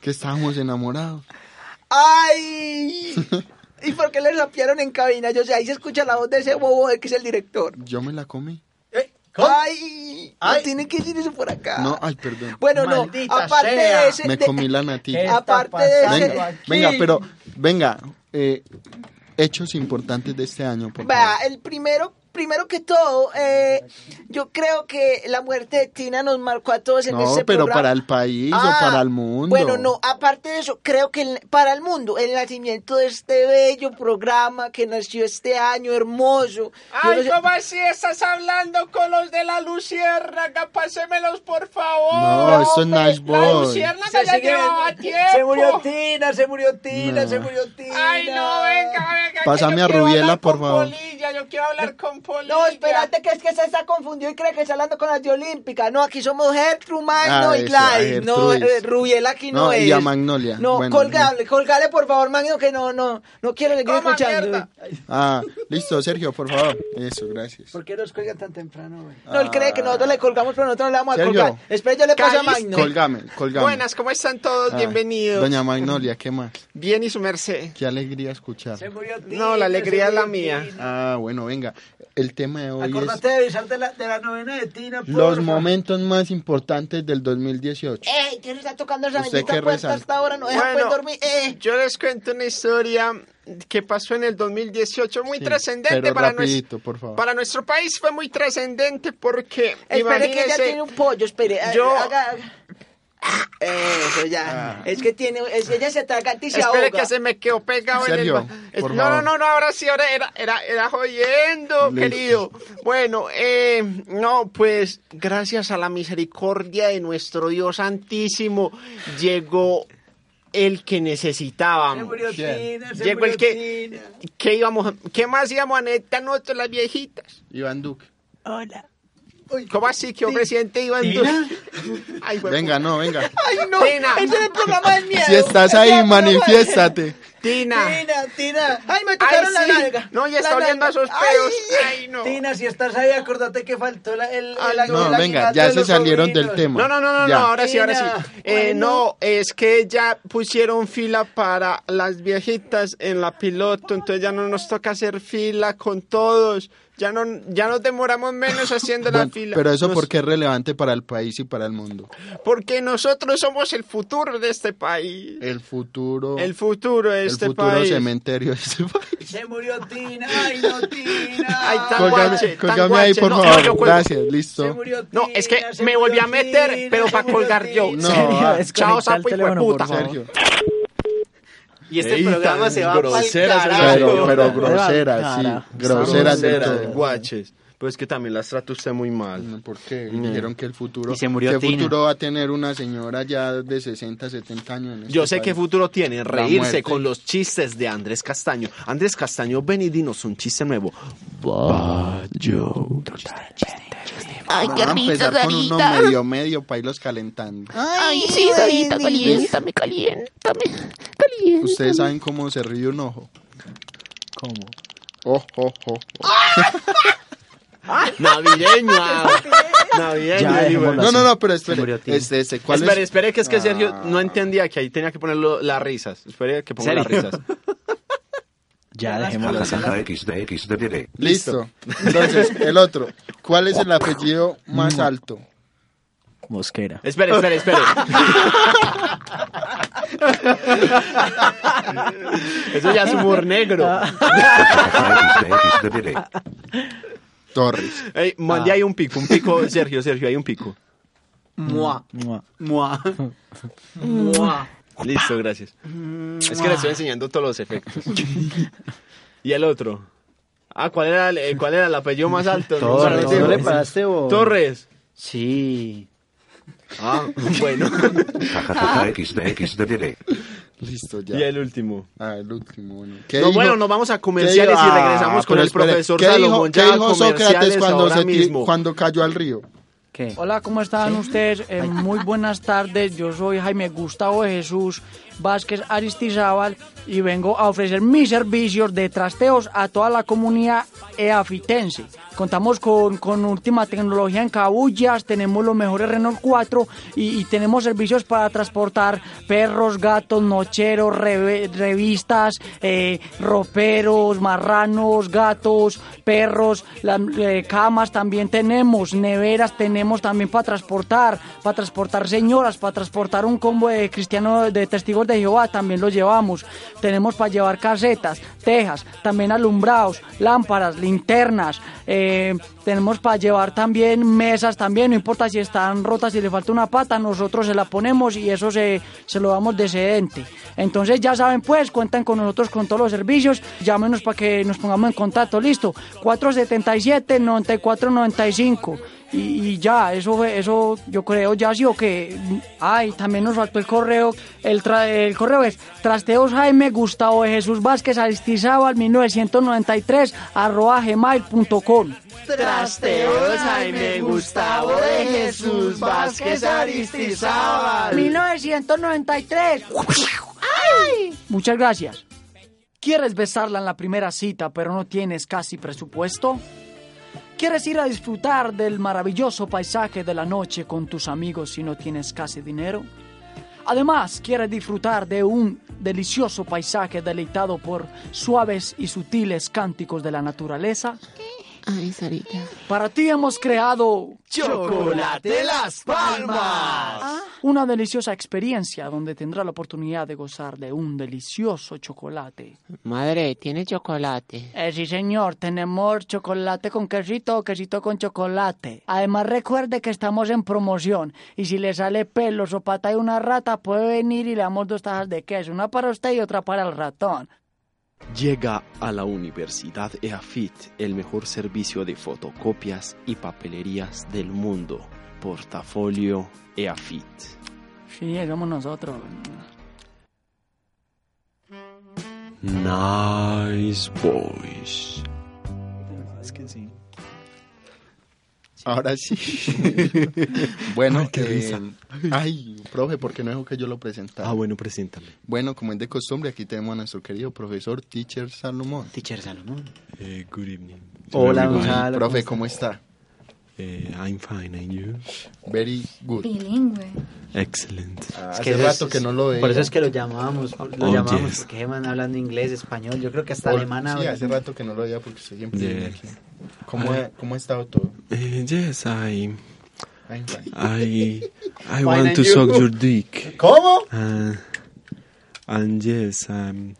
que estábamos enamorados?
¡Ay! ¿Y por qué le rapearon en cabina? Yo sé, ahí se escucha la voz de ese bobo de que es el director.
Yo me la comí.
¡Ay! No tiene que decir eso por acá.
No, ay, perdón.
Ah. bueno, no,
Maldita
aparte
sea.
de ese...
Me
de-
comí la natilla.
Aparte de ese...
Venga, venga, pero, venga, eh, hechos importantes de este año, por
Va,
favor.
el primero, primero que todo, eh, yo creo que la muerte de Tina nos marcó a todos en
No,
este
pero
programa.
para el país
Ah,
o para el mundo.
Bueno, no, aparte de eso, creo que el- para el mundo, el nacimiento de este bello programa que nació este año, hermoso. Yo no
Ay,
sé-
¿cómo así estás hablando con los de la luciérnaga? Pásemelos, por favor.
No, eso es Nice
La
Boy.
luciérnaga ya
sigue-
llevaba tiempo.
Se murió Tina, se murió Tina,
No.
se murió Tina.
Ay, no, venga, venga.
Pásame
que yo
a
quiero
Rubiela,
hablar
por
con
favor.
Polilla, yo quiero hablar con Polilla.
No, espérate, que es que se está confundido y cree que está hablando con las de Olímpica. No, aquí somos Gertrude, Magno
Ah,
y
eso,
Gladys.
a
No,
Gertrudis.
eh, Rubiela aquí no,
No,
es.
y a Magnolia.
No,
Bueno,
colgale, colgale por favor, Magno, que no, no, no quiero seguir
Coma
escuchando.
mierda.
Ah, listo, Sergio, por favor. Eso, gracias.
¿Por qué los cuelgan tan temprano, güey?
No, él cree que nosotros le colgamos, pero nosotros no le vamos a
Sergio.
colgar. Espera, yo le paso a
Cállate.
Magno.
Colgame, colgame.
Buenas, ¿cómo están todos?
Ah,
Bienvenidos.
Doña Magnolia, ¿qué más?
Bien y su merced.
Qué alegría escuchar.
No, la alegría es la mía.
Ah, bueno, venga. El tema de hoy es
Acordate de avisar de la, de la novena de Tina,
los
porfa.
momentos más importantes del 2018.
Eh, ¿quién está tocando esa
¿Usted
bendita
qué
puerta
reza?
hasta ahora? No deja
Bueno.
pues dormir. Eh,
Yo les cuento una historia que pasó en el 2018, muy
Sí,
trascendente
pero
para,
rapidito,
nues-
por favor.
para nuestro país. Fue muy trascendente porque,
espere que ella
imagínense,
tiene un pollo, espere. eh,
Yo-
haga- haga- Ah, Eso
Ah.
ya. Es que tiene, es que ella se atraganta y se
espere
ahoga.
que se me quedó pegado
Sergio,
en el...
por
no,
favor.
no, no, no, ahora sí, ahora era, era, era jodiendo,
Listo.
querido. Bueno, eh, no, pues gracias a la misericordia de nuestro Dios Santísimo llegó el que
Se
necesitábamos.
murió
¿Quién?
Tina, se
Llegó
murió
el que-
Tina.
¿Qué, íbamos, a- ¿Qué más íbamos a necesitar nosotros las viejitas?
Iván Duque.
¿Cómo así que un presidente Iván Duque? Ay, güey,
Venga, no, venga.
Ay, no.
Tina.
Ese es el programa del miedo.
Si estás
Ese es
ahí,
el programa del-
manifiéstate.
Tina.
Tina, Tina. Ay, me tocaron la
sí.
nalga.
No, ya está
La
oliendo a
nalga.
esos pelos.
Ay.
Ay, no.
Tina, si estás ahí, acordate que faltó la- el, el,
Ay,
el
No,
aguinaldo
venga,
de
ya se
los
salieron del
sobrinos.
tema.
No, no, no, no,
Ya.
no, ahora sí, ahora sí.
Tina,
Eh,
bueno.
No, es que ya pusieron fila para las viejitas en la piloto, entonces ya no nos toca hacer fila con todos. Ya no, ya nos demoramos menos haciendo la
Bueno,
fila.
pero eso
Nos-
porque es relevante para el país y para el mundo.
Porque nosotros somos el futuro de este país.
El futuro,
El futuro de
el
este
futuro
país.
cementerio de este país.
Se murió Tina, ay, no, Tina.
Ay, tan
Colgame,
guache, tan
colgame ahí,
guache.
por
No,
favor.
no, yo cuelgo.
Gracias,
Se
listo.
murió
No,
Tina,
es que
se
me
murió
volví a meter,
Tina,
pero
se
para
murió
colgar yo.
Tina.
No,
Sergio,
ah,
Chao,
desconecta el
sapo, hijo de
teléfono,
puta.
por favor.
Sergio.
Y este programa se va pa'l
groseras,
carajo.
Pero, pero
Pero al
grosera, sí.
cara.
Grosera de
Groseras,
todo.
guaches. Pero es que también las trata usted muy mal.
No, Porque dijeron que el futuro.
Y se murió
¿Qué
Tina.
futuro va a tener una señora ya de 60, 70 años? en este
Yo sé
país?
qué futuro tiene reírse
muerte.
con los chistes de Andrés Castaño. Andrés Castaño, ven y dinos un chiste nuevo.
Ay, qué rico, empezar con uno medio, medio para irlos calentando.
Ay, sí, Sarita,
Caliéntame, caliéntame, caliéntame. Ustedes saben cómo se ríe un ojo. Oh,
¿Cómo?
Ojo, ojo.
Navideño. ah. Navideño.
Ya,
el hijo de-
dejémoslo
No, no, no, pero
murió
espere.
Tim.
Este, este, ¿cuál
Espere,
es?
espere, que es que Sergio no entendía que ahí tenía que poner lo- las risas. Espere que ponga las
¿Serio?
risas.
Ya dejémoslo así.
Jajaja XD XD
Listo. Entonces, el otro. ¿Cuál es el apellido más alto?
Mosquera.
Espere, espere, espere. Eso ya es humor negro.
XD XD
Torres.
Ey, mandé ahí un pico, un pico, Sergio, Sergio, hay un pico.
Mua,
Mua.
mua, mua.
Listo, gracias. Es que le estoy enseñando todos los efectos. Y el otro. Ah, ¿cuál era el, eh, cuál era el apellido más alto? No,
Torres,
no, no,
¿no le
no.
paraste vos?
Torres.
Sí.
Ah, bueno.
Jajaja XD XD
Listo, ya.
Y el último.
Ah, el último, bueno. ¿Qué
No,
dijo-
bueno, nos vamos a
qué
comerciales
dijo-
y regresamos
Ah,
con
pero
el
espere,
profesor
¿qué dijo-
Salomón.
¿Qué
ya
dijo Sócrates
comerciales
cuando,
ahora
se ti-
mismo.
cuando cayó al río?
¿Qué?
Hola, ¿cómo están ustedes? Eh, muy buenas tardes. Yo soy Jaime Gustavo Jesús Vázquez Aristizábal y vengo a ofrecer mis servicios de trasteos a toda la comunidad eafitense. Contamos con, con última tecnología en cabullas, tenemos los mejores Renault 4 y, y tenemos servicios para transportar perros, gatos, nocheros, reve- revistas, eh, roperos, marranos, gatos, perros, la- eh, camas también tenemos, neveras tenemos también para transportar, para transportar señoras, para transportar un combo de cristiano de testigos testigos de Jehová también los llevamos. Tenemos para llevar casetas, tejas, también alumbrados, lámparas, linternas. eh, tenemos para llevar también mesas, también, no importa si están rotas, si le falta una pata, nosotros se la ponemos y eso se, se lo damos de excedente. Entonces ya saben pues, cuentan con nosotros con todos los servicios, llámenos para que nos pongamos en contacto, listo, 477-9495. Y, y ya, eso fue- eso yo creo ya sí o que. Ay, también nos faltó el correo. El, tra- el correo es trasteos Jaime Gustavo de Jesús Vázquez Aristizábal 1993 arroba gmail.com.
Trasteos Jaime Gustavo de Jesús Vázquez Aristizábal.
1993. Muchas gracias. ¿Quieres besarla en la primera cita pero no tienes casi presupuesto? ¿Quieres ir a disfrutar del maravilloso paisaje de la noche con tus amigos si no tienes casi dinero? Además, quieres disfrutar de un delicioso paisaje deleitado por suaves y sutiles cánticos de la naturaleza.
Ay, Sarita.
Para ti hemos creado
Chocolate Las Palmas.
Ah. Una deliciosa experiencia donde tendrás la oportunidad de gozar de un delicioso chocolate.
Madre, tiene chocolate.
Eh, sí, señor, tenemos chocolate con quesito o quesito con chocolate. Además, recuerde que estamos en promoción y si le sale pelos o pata de una rata, puede venir y le damos dos tajas de queso, una para usted y otra para el ratón.
Llega a la Universidad EAFIT el mejor servicio de fotocopias y papelerías del mundo. Portafolio EAFIT.
Sí, llegamos nosotros.
Nice boys.
Es que sí.
Ahora sí. bueno,
Ay, qué
eh,
risa.
ay, profe, ¿por qué no dejo que yo lo presentara?
Ah, bueno, preséntame.
Bueno, como es de costumbre, aquí tenemos a nuestro querido profesor Teacher Salomón.
Teacher Salomón.
Eh, good evening.
Hola,
Ay,
Gonzalo,
Profe, ¿cómo está?
Eh, I'm fine, and you?
Very good.
Bilingüe.
Excellent.
Es
Ah, Hace
eso es-
rato que no lo veía.
Por eso es que lo llamábamos. Lo
Oh,
llamábamos
yes.
porque van hablando inglés, español. Yo creo que hasta
Por-
alemán
Sí,
habla.
hace rato que no lo veía porque usted siempre
Yeah.
viene aquí. ¿Cómo, ha, ¿Cómo ha estado todo?
Eh, yes, I,
Ay, ay.
I, I
Fine,
want
and
to
you?
suck your dick.
¿Cómo?
Ah, and yes, um,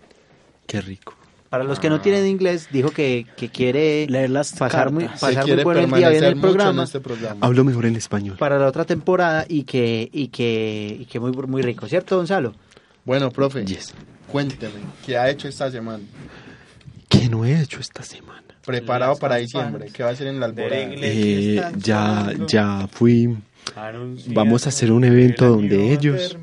qué rico.
Para los que no
Ah.
tienen inglés, dijo que, que quiere
Leer las
pasar muy,
cartas.
Se
pasar muy
quiere
bueno el día
permanecer
en el
mucho
programa.
en este programa.
Hablo mejor en español.
Para la otra temporada y que, y que, y que muy, muy rico, ¿cierto, Gonzalo?
Bueno, profe,
Yes.
cuénteme, ¿qué ha hecho esta semana?
¿Qué no he hecho esta semana?
Preparado para diciembre, ¿qué va a hacer en la alborada?
Eh, ya, ya fui. Vamos a hacer un evento donde ellos,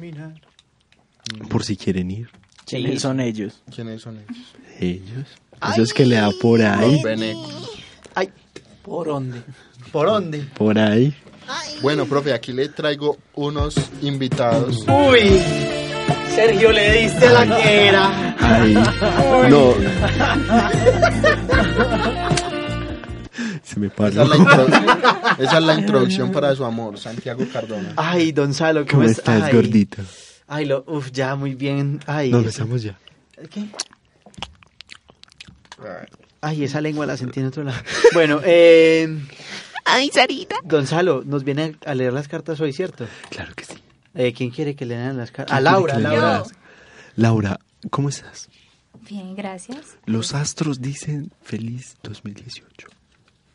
por si quieren ir,
¿Quiénes son ellos?
¿Quiénes son ellos?
ellos, esos que le da por ahí,
Los venecos.
¿Por dónde?
¿Por dónde?
por ahí.
Bueno, profe, aquí le traigo unos invitados.
Uy, Sergio, le diste la que era.
Ahí. No. Se me
Esa es, la
paró.
introdu- esa es la introducción para su amor, Santiago Cardona.
Ay, Gonzalo, ¿cómo,
¿Cómo estás,
ay.
gordito?
Ay, lo, uf, ya, muy bien. Ay,
Nos besamos ya.
¿Qué? Ay, esa lengua la sentí en otro lado. Bueno, eh,
Ay, Sarita.
Gonzalo, nos viene a leer las cartas hoy, ¿cierto?
Claro que sí.
Eh, ¿Quién quiere que le lean las cartas? A
¿Quién
Laura,
quiere que le
Laura.
digas? Laura, ¿cómo estás?
Bien, gracias.
Los astros dicen feliz 2018.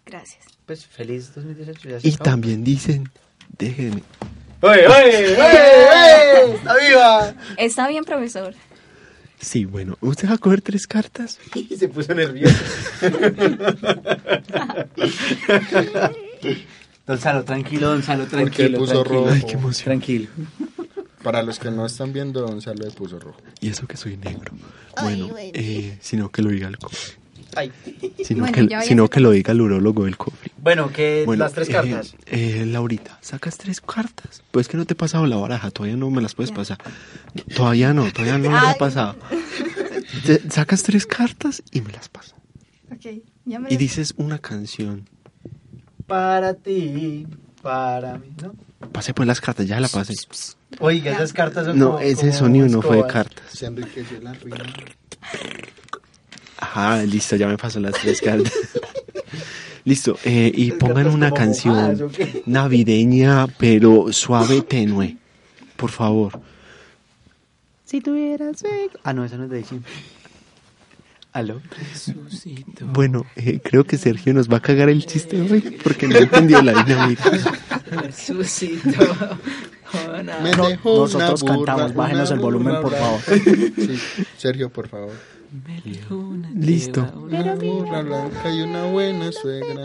Gracias.
Pues feliz 2018. ya se
Y
acabó.
también dicen, déjenme.
¡Oye, oye, oye! oye ¡Está viva!
Está bien, profesor.
Sí, bueno, usted va a coger tres cartas.
Y se puso nervioso. Gonzalo, tranquilo, Gonzalo,
Porque
tranquilo.
puso
tranquilo.
rojo. Ay, qué
emoción.
Tranquilo.
Para los que no están viendo, Gonzalo le puso rojo.
Y eso que soy negro. Bueno, eh, sino que lo diga el cofre.
Ay.
Sino,
Bueno, ya
que,
voy a
sino
hacer-
que lo diga el urólogo del cofre.
Bueno, que las tres
eh,
cartas.
Eh, Laurita, ¿sacas tres cartas? Pues que no te he pasado la baraja, todavía no me las puedes pasar. Todavía no, todavía no me las he
Ay.
pasado. Te- sacas tres cartas y me las pasas.
Ok, ya me
Y
lo-
dices una canción.
Para ti, para mí, ¿no?
Pasé por pues las cartas, ya la pasé.
Oiga, esas cartas son
No,
como-
ese
como
sonido no fue de
escobas.
cartas.
Se enriqueció la rima.
Ajá, listo, ya me pasó las tres cartas. listo, eh, y pongan
cartas
una
como mojadas, ¿o
canción
qué?
navideña, pero suave, tenue. Por favor.
Si tuvieras sexo. Ah, no, esa no es de Daisy. Aló.
Bueno, eh, creo que Sergio nos va a cagar el chiste hoy porque no entendió la dinámica.
Jesucito. Joda.
Me
No,
dejó
nosotros
una burra,
cantamos,
una
bájenos el volumen,
burra
por
brava.
favor.
Sí, Sergio, por favor.
Listo.
Una burra blanca y una buena suegra.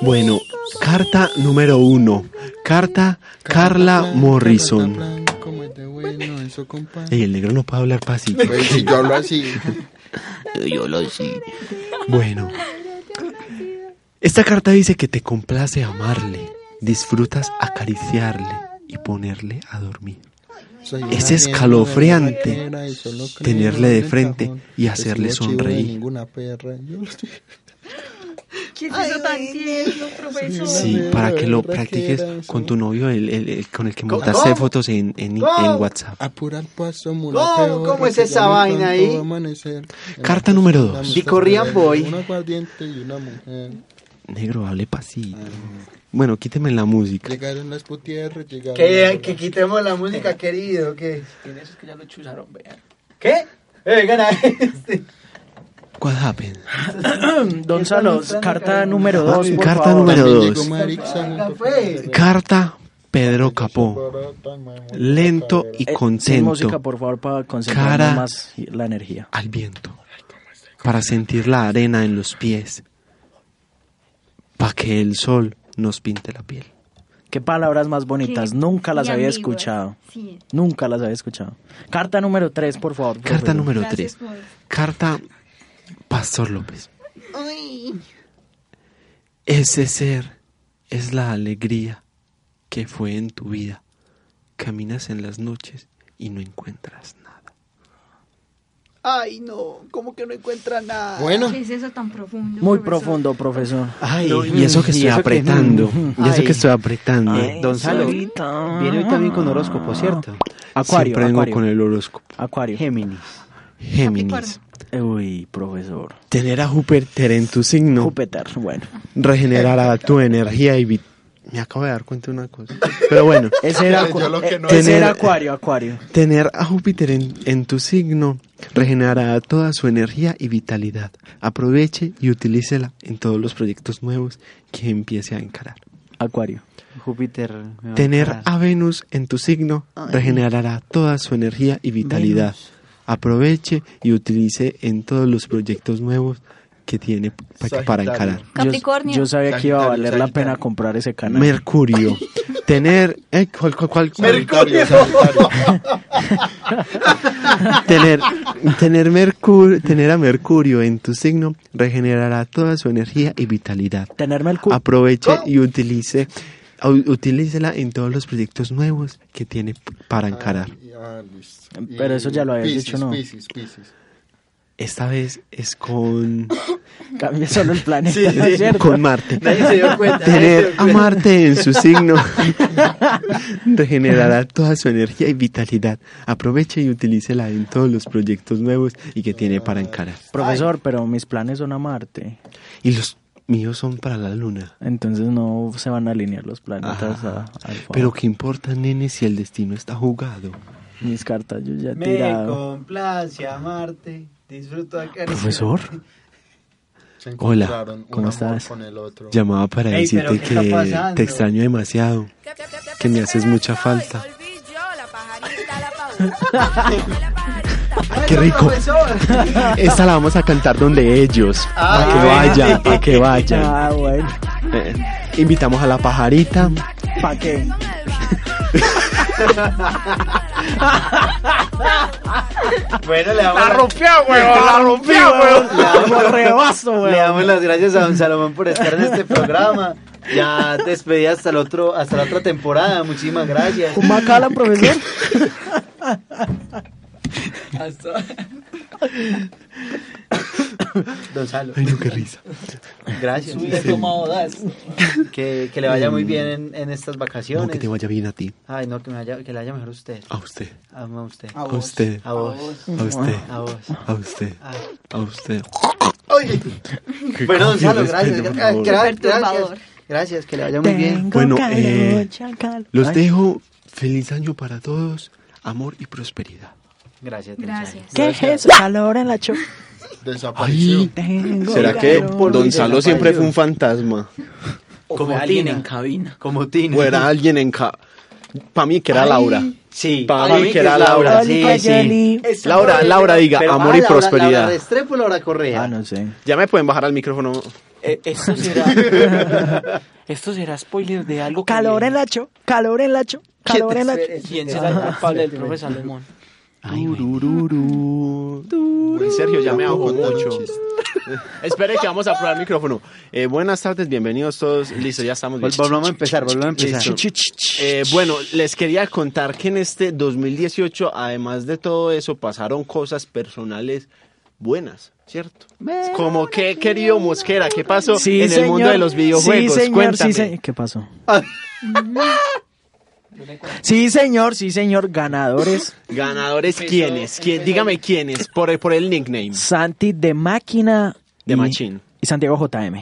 Bueno, carta número uno. Carta Carla Morrison.
Como es de bueno, eso compadre.
Ey, el negro no puede hablar pasito.
Pues, si yo hablo así.
Yo hablo así. Bueno. Esta carta dice que te complace amarle, disfrutas acariciarle y ponerle a dormir.
Soy una
Es
mierda
escalofriante
negra y solo creo
tenerle
en
de
el
frente
cajón.
y
Pues,
hacerle
no chivo de
sonreír.
Ninguna perra. Yo lo estoy-
¿Qué es eso tan tierno, profesor?
Sí, para que lo
Berraquera,
practiques con tu novio, el, el- el con el que
¿Cómo?
montaste
¿Cómo?
fotos en, en- en
¿Cómo?
WhatsApp.
Apura el paso,
¿Cómo?
mulato.
¿Cómo es esa vaina ahí?
Carta número dos.
Bicorría Boy.
Un aguardiente y una mujer.
Negro, hable
Ah,
pasito. Bueno, quíteme la música.
Llegaron las putierras, llegaron.
Que,
las-
que quitemos la música, querido. Que...
Tienes que ya lo chuzaron, vean.
¿Qué? Eh, vengan a este.
What happened?
Don Salos, carta número
Ah,
2.
carta número
También
dos.
llegó Marixa junto con-
Eh,
Carta Pedro Capó. Lento y
Eh, Sin
contento.
música, por favor, para concentrar
Cara
más la energía.
al viento. Para sentir la arena en los pies. Para que el sol nos pinte la piel.
Qué palabras más bonitas.
Qué-
Nunca las
y
había
ambiguas.
escuchado.
Sí.
Nunca las había escuchado. Carta número 3, por favor.
Carta
profesor.
número 3. Carta Pastor López. Ese ser es la alegría que fue en tu vida. Caminas en las noches y no encuentras nada.
Ay, no, como que no encuentra nada.
Bueno.
¿Qué es eso tan profundo?
Muy
profesor?
profundo, profesor.
Ay, y eso que estoy apretando. Y eso que estoy apretando.
Don Salo, viene hoy también con horóscopo, ¿cierto?
Acuario,
Siempre vengo
acuario.
con el horóscopo.
Acuario.
Géminis.
Géminis.
Uy, profesor.
Tener a Júpiter en tu signo.
Júpiter, bueno.
Regenerará tu energía y... vit- Me acabo de dar cuenta de una cosa. Pero bueno.
Ese era, acu-
Yo lo que no-
ese era
Tener-
acuario, acuario.
Tener a Júpiter en, en tu signo regenerará toda su energía y vitalidad. Aproveche y utilícela en todos los proyectos nuevos que empiece a encarar.
Acuario.
Júpiter. me va a
Tener
parar.
a Venus en tu signo regenerará toda su energía y vitalidad. Aproveche y utilice en todos los proyectos nuevos que tiene pa- para
Sagitario.
encarar.
Capricornio.
Yo sabía que iba a
Sagitario,
valer la pena comprar ese canal.
Mercurio. Tener. eh, ¿cuál, cuál, cuál?
Mercurio.
tener, tener, Mercur- tener a Mercurio en tu signo regenerará toda su energía y vitalidad.
Tener Mercurio. Oh.
Aproveche y utilice, u- utilícela en todos los proyectos nuevos que tiene p- para encarar.
Ah, listo.
Pero eso ya lo habías
Piscis,
dicho, ¿no?
Piscis, Piscis.
Esta vez es con.
Cambia solo el planeta,
Sí, sí.
¿cierto?
Con Marte.
Nadie se dio cuenta, nadie se
Tener
dio
a
cuenta.
Marte en su signo regenerará toda su energía y vitalidad. Aproveche y utilícela en todos los proyectos nuevos y que tiene para encarar.
Profesor, pero mis planes son a Marte.
Y los míos son para la luna.
Entonces no se van a alinear los
Ah.
planetas a, al favor.
Pero qué importa, nene, si el destino está jugado.
Mis cartas yo ya he
Me
tirado.
complace amarte. Disfruto acá.
Profesor.
Se
Hola,
encontraron un
¿cómo
amor
estás?
con el otro.
Llamaba para
Ey, pero
decirte
¿qué está
que
pasando?
te extraño demasiado, que me haces mucha falta. ¡Qué rico! Esta la vamos a cantar donde ellos,
Ah,
para que vayan, para que vayan.
Ah, bueno.
Eh, invitamos a la pajarita.
¿Para qué?
Bueno, le damos
La rompió, huevón, la rompió, huevón.
Le damos
rebaso,
Le damos las gracias a don Salomón por estar en este programa. Ya despedida hasta el otro, hasta la otra temporada. Muchísimas gracias.
¿Un macala, profesor?
Don Salo.
Ay, no, qué risa.
Gracias.
Sube el estómago,
Que, que le vaya muy bien en, en estas vacaciones.
No, que te vaya bien a ti,
Ay, no, que, me vaya, que le vaya mejor a usted.
a usted,
A, a usted.
a usted,
A vos. Ah.
a usted,
A vos.
a usted, a usted.
Oye.
Qué
Bueno, don Salo,
cambio,
gracias.
respeto, por
Gra-
favor.
gra- Gracias. Gracias, que le vaya muy bien.
Bueno, eh, los
Ay.
dejo. Feliz año para todos.
amor y prosperidad.
Gracias.
Gracias.
¿Qué es eso? Calor en la cho.
Desapareció.
¿Será que
calor,
Don
y
Salo
desapareció.
siempre fue un fantasma?
Como alguien en cabina. Como Tina.
O era alguien en ca... Para mí que era
Ay.
Laura.
Sí.
Para mí que era Laura.
Sí, sí.
Laura, Laura, diga,
Pero-
amor
ah,
y
Laura- Laura
prosperidad.
Restrepo, Laura Correa.
no sé. Ya me pueden bajar al micrófono.
Eh,
Esto será, esto será spoiler de algo que
Calor en la cho. Calor en la cho. Calor en la cho. Ah.
¿Quién será el culpable del profe Salomón?
Uy, Sergio, ya me ahogo mucho. Espere que vamos a probar el micrófono. Eh, buenas tardes, bienvenidos todos. Listo, ya estamos. bien.
Volvamos a empezar, volvamos a empezar.
Listo. Eh, bueno, les quería contar que en este 2018, además de todo eso, pasaron cosas personales buenas, ¿cierto? Como que, querido Mosquera, ¿qué pasó
Sí,
en el
señor.
mundo de los videojuegos?
Sí, señor,
Cuéntame. Ah.
sí, señor. ¿Qué pasó? Sí, señor, sí, señor. Ganadores.
Ganadores, ¿quiénes? ¿Quién? Dígame quiénes, por, por el nickname.
Santi de Máquina.
De
y-
Machín.
Y Santiago JM.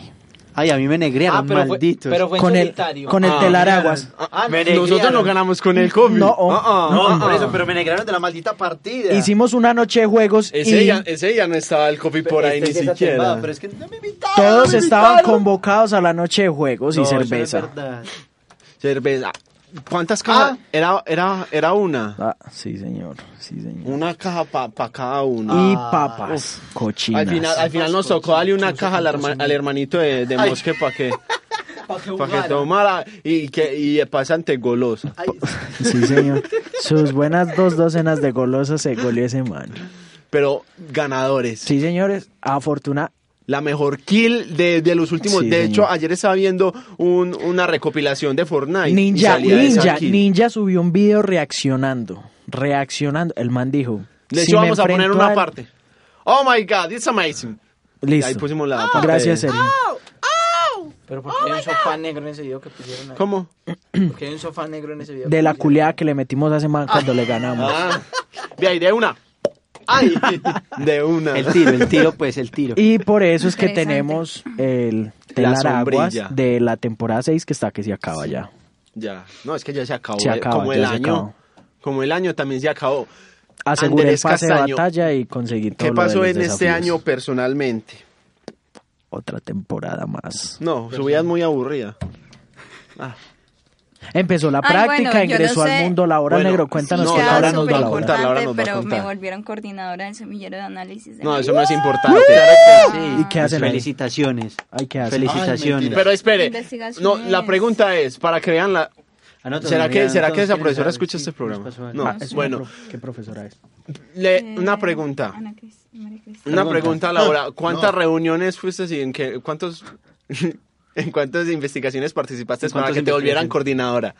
Ay, a mí me negrearon, malditos.
con el, con el
Ah,
telaraguas.
mira. Ah, me negrearon.
Nosotros no ganamos con el COVID.
No, oh.
No,
Ah, ah.
por eso, pero me negaron de la maldita partida.
Hicimos una noche de juegos
Ese,
y
ya, ese ya no estaba el COVID por ahí
Este
ni
sí está
siquiera.
tumbado, pero es que no me invitaron.
todos
me
estaban
invitaron.
convocados a la noche de juegos
No,
y
eso es
cerveza.
verdad.
Cerveza. ¿Cuántas cajas? Era, era, era una.
Ah, sí, señor. Sí, señor.
Una caja para cada uno.
Y
Ah.
papas. Cochinas.
Al final, al final nos tocó darle una caja al, herma- al hermanito de, de Mosque para que, pa' que tomara y que y pasante golosa.
Sí, señor. Sus buenas dos docenas de golosas se goleó ese man.
Pero ganadores.
Sí, señores. Afortuna.
La mejor kill de, de los últimos.
Sí,
de
señor.
hecho, ayer estaba viendo un- una recopilación de Fortnite. y
Ninja,
salía esa
Ninja,
kill.
Ninja subió un video reaccionando. Reaccionando. El man dijo.
De
"Si
hecho,
me
vamos a poner
enfrento
una
al-"
parte. Oh my god, it's amazing.
Listo.
Ahí pusimos la parte.
Gracias,
de-
Sergio.
Pero ¿por qué hay un sofá negro en ese video que pusieron ahí?
Ah. ¿Cómo?
¿Por qué hay un sofá negro en ese video?
De la culiada que le metimos a ese man cuando le ganamos.
Ah, de ahí, de una.
Ay,
De una.
el tiro, el tiro, pues, el tiro.
Y por eso es que
Interesante.
tenemos el
La
telaraguas
sombrilla.
de la temporada 6 que está que se acaba ya.
Ya, no, es que ya se acabó.
Se
eh,
acaba,
como
ya
el
se
año.
acabó.
Como el año también se acabó.
Aseguré el
Andrés
pase de
Castaño,
batalla y conseguí todo
¿Qué
lo de
pasó
los
en este
desafíos.
año personalmente?
Otra temporada más.
No, su vida es muy aburrida.
Empezó la
Ay,
práctica,
bueno, yo
ingresó
no
al
sé.
mundo laboral
Bueno,
negro. Cuéntanos
no,
qué
ya
tal
ahora
el
nos
mundo
va a
laboral.
contar, Laura
importante,
nos va a
pero me
contar.
volvieron coordinadora del semillero de análisis. de
No, eso
lenguaje.
no es importante.
¿Y qué hacen ahí?
Felicitaciones.
Ay, ¿qué hacen?
Felicitaciones.
Pero espere,
Investigaciones.
no, la pregunta es, para que vean la...
Ah, no,
¿Será que,
todavía no,
¿será que
entonces,
esa
¿quién
profesora
sabe?
escucha
Sí,
este
nos
programa?
pasó algo.
No,
Ah, es una
bueno,
prof- ¿Qué profesora es?
le- una pregunta.
Eh, Ana Cris- María Cristina.
Una
Perdón.
pregunta, Laura. ¿Cuántas
No.
reuniones fuiste y en qué, cuántos, en cuántas investigaciones participaste
¿En
para
cuántas
que te volvieran
investigaciones?
coordinadora?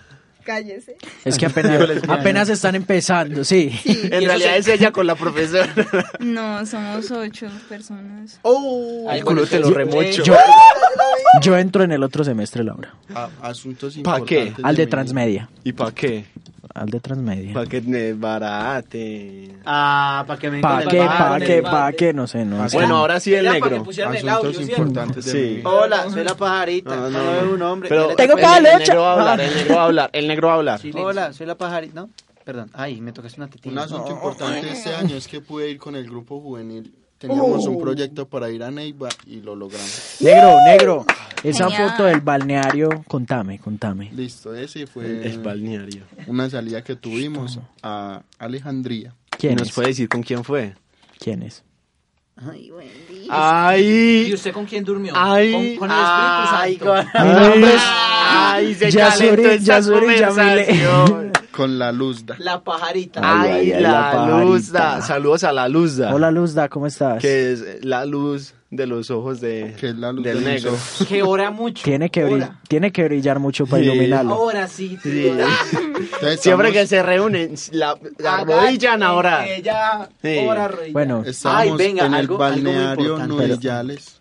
Cállese.
Es que apenas, apenas están empezando, sí.
En realidad es ella con la profesora.
No, somos ocho personas.
¡Oh! Al culo te lo remocho.
Yo, yo entro en el otro semestre, Laura.
A- asuntos
¿Pa' qué?
importantes.
Al de
mi-
Transmedia.
¿Y para qué?
Al de Transmedia.
Para que me barate.
Ah, para que me
¿Para
digan
qué?
el
¿Para
bar,
qué?
el
¿Para
bar.
qué? No sé, no sé.
Bueno, ahora sí el
Era para que
negro.
pusieran el audio,
Asuntos
¿cierto?
importantes de mi
Sí.
vida.
Hola, soy la pajarita.
No,
No,
no,
un hombre.
Pero
Espérate,
el-
espérate.
El negro va a
Ah.
hablar, el negro va a hablar, el negro va a hablar.
Hola, soy la pajarita. No, perdón. Ay, me tocaste una
Un
tetilla.
asunto
No.
importante este año es que pude ir con el grupo juvenil. Teníamos
Oh.
un proyecto para ir a Neiva y lo logramos.
Negro, negro. Esa
Genial.
foto del balneario, contame, contame.
Listo, ese
El,
fue
balneario.
una salida que tuvimos a Alejandría.
¿Y
¿Quién
nos
es?
puede decir con quién fue?
¿Quién es?
¡Ay!
¿Y usted con quién durmió?
Ay.
con, con el Espíritu Santo.
Ay, con-
Mi nombre es
¡Ay! Se
Yasuri-
calentó esa
Yasuri Yamile.
conversación.
Con la Luzda.
La pajarita.
Ay,
Ay, ay,
la,
la pajarita.
Luzda. Saludos a la Luzda.
Hola Luzda, ¿cómo estás?
Que es la luz de los ojos de, del
de mis
negro.
Que ora mucho.
Tiene que, bri-
Ora.
tiene que brillar mucho para
Sí.
iluminarlo.
Ahora sí. tío.
Sí.
Entonces,
Siempre que
estamos-
se reúnen, la, la arrodillan ahora.
Que ya
Sí.
ora rey.
Bueno,
Estábamos
Ay, venga,
en el
algo- algo muy
balneario
importante.
Nudillales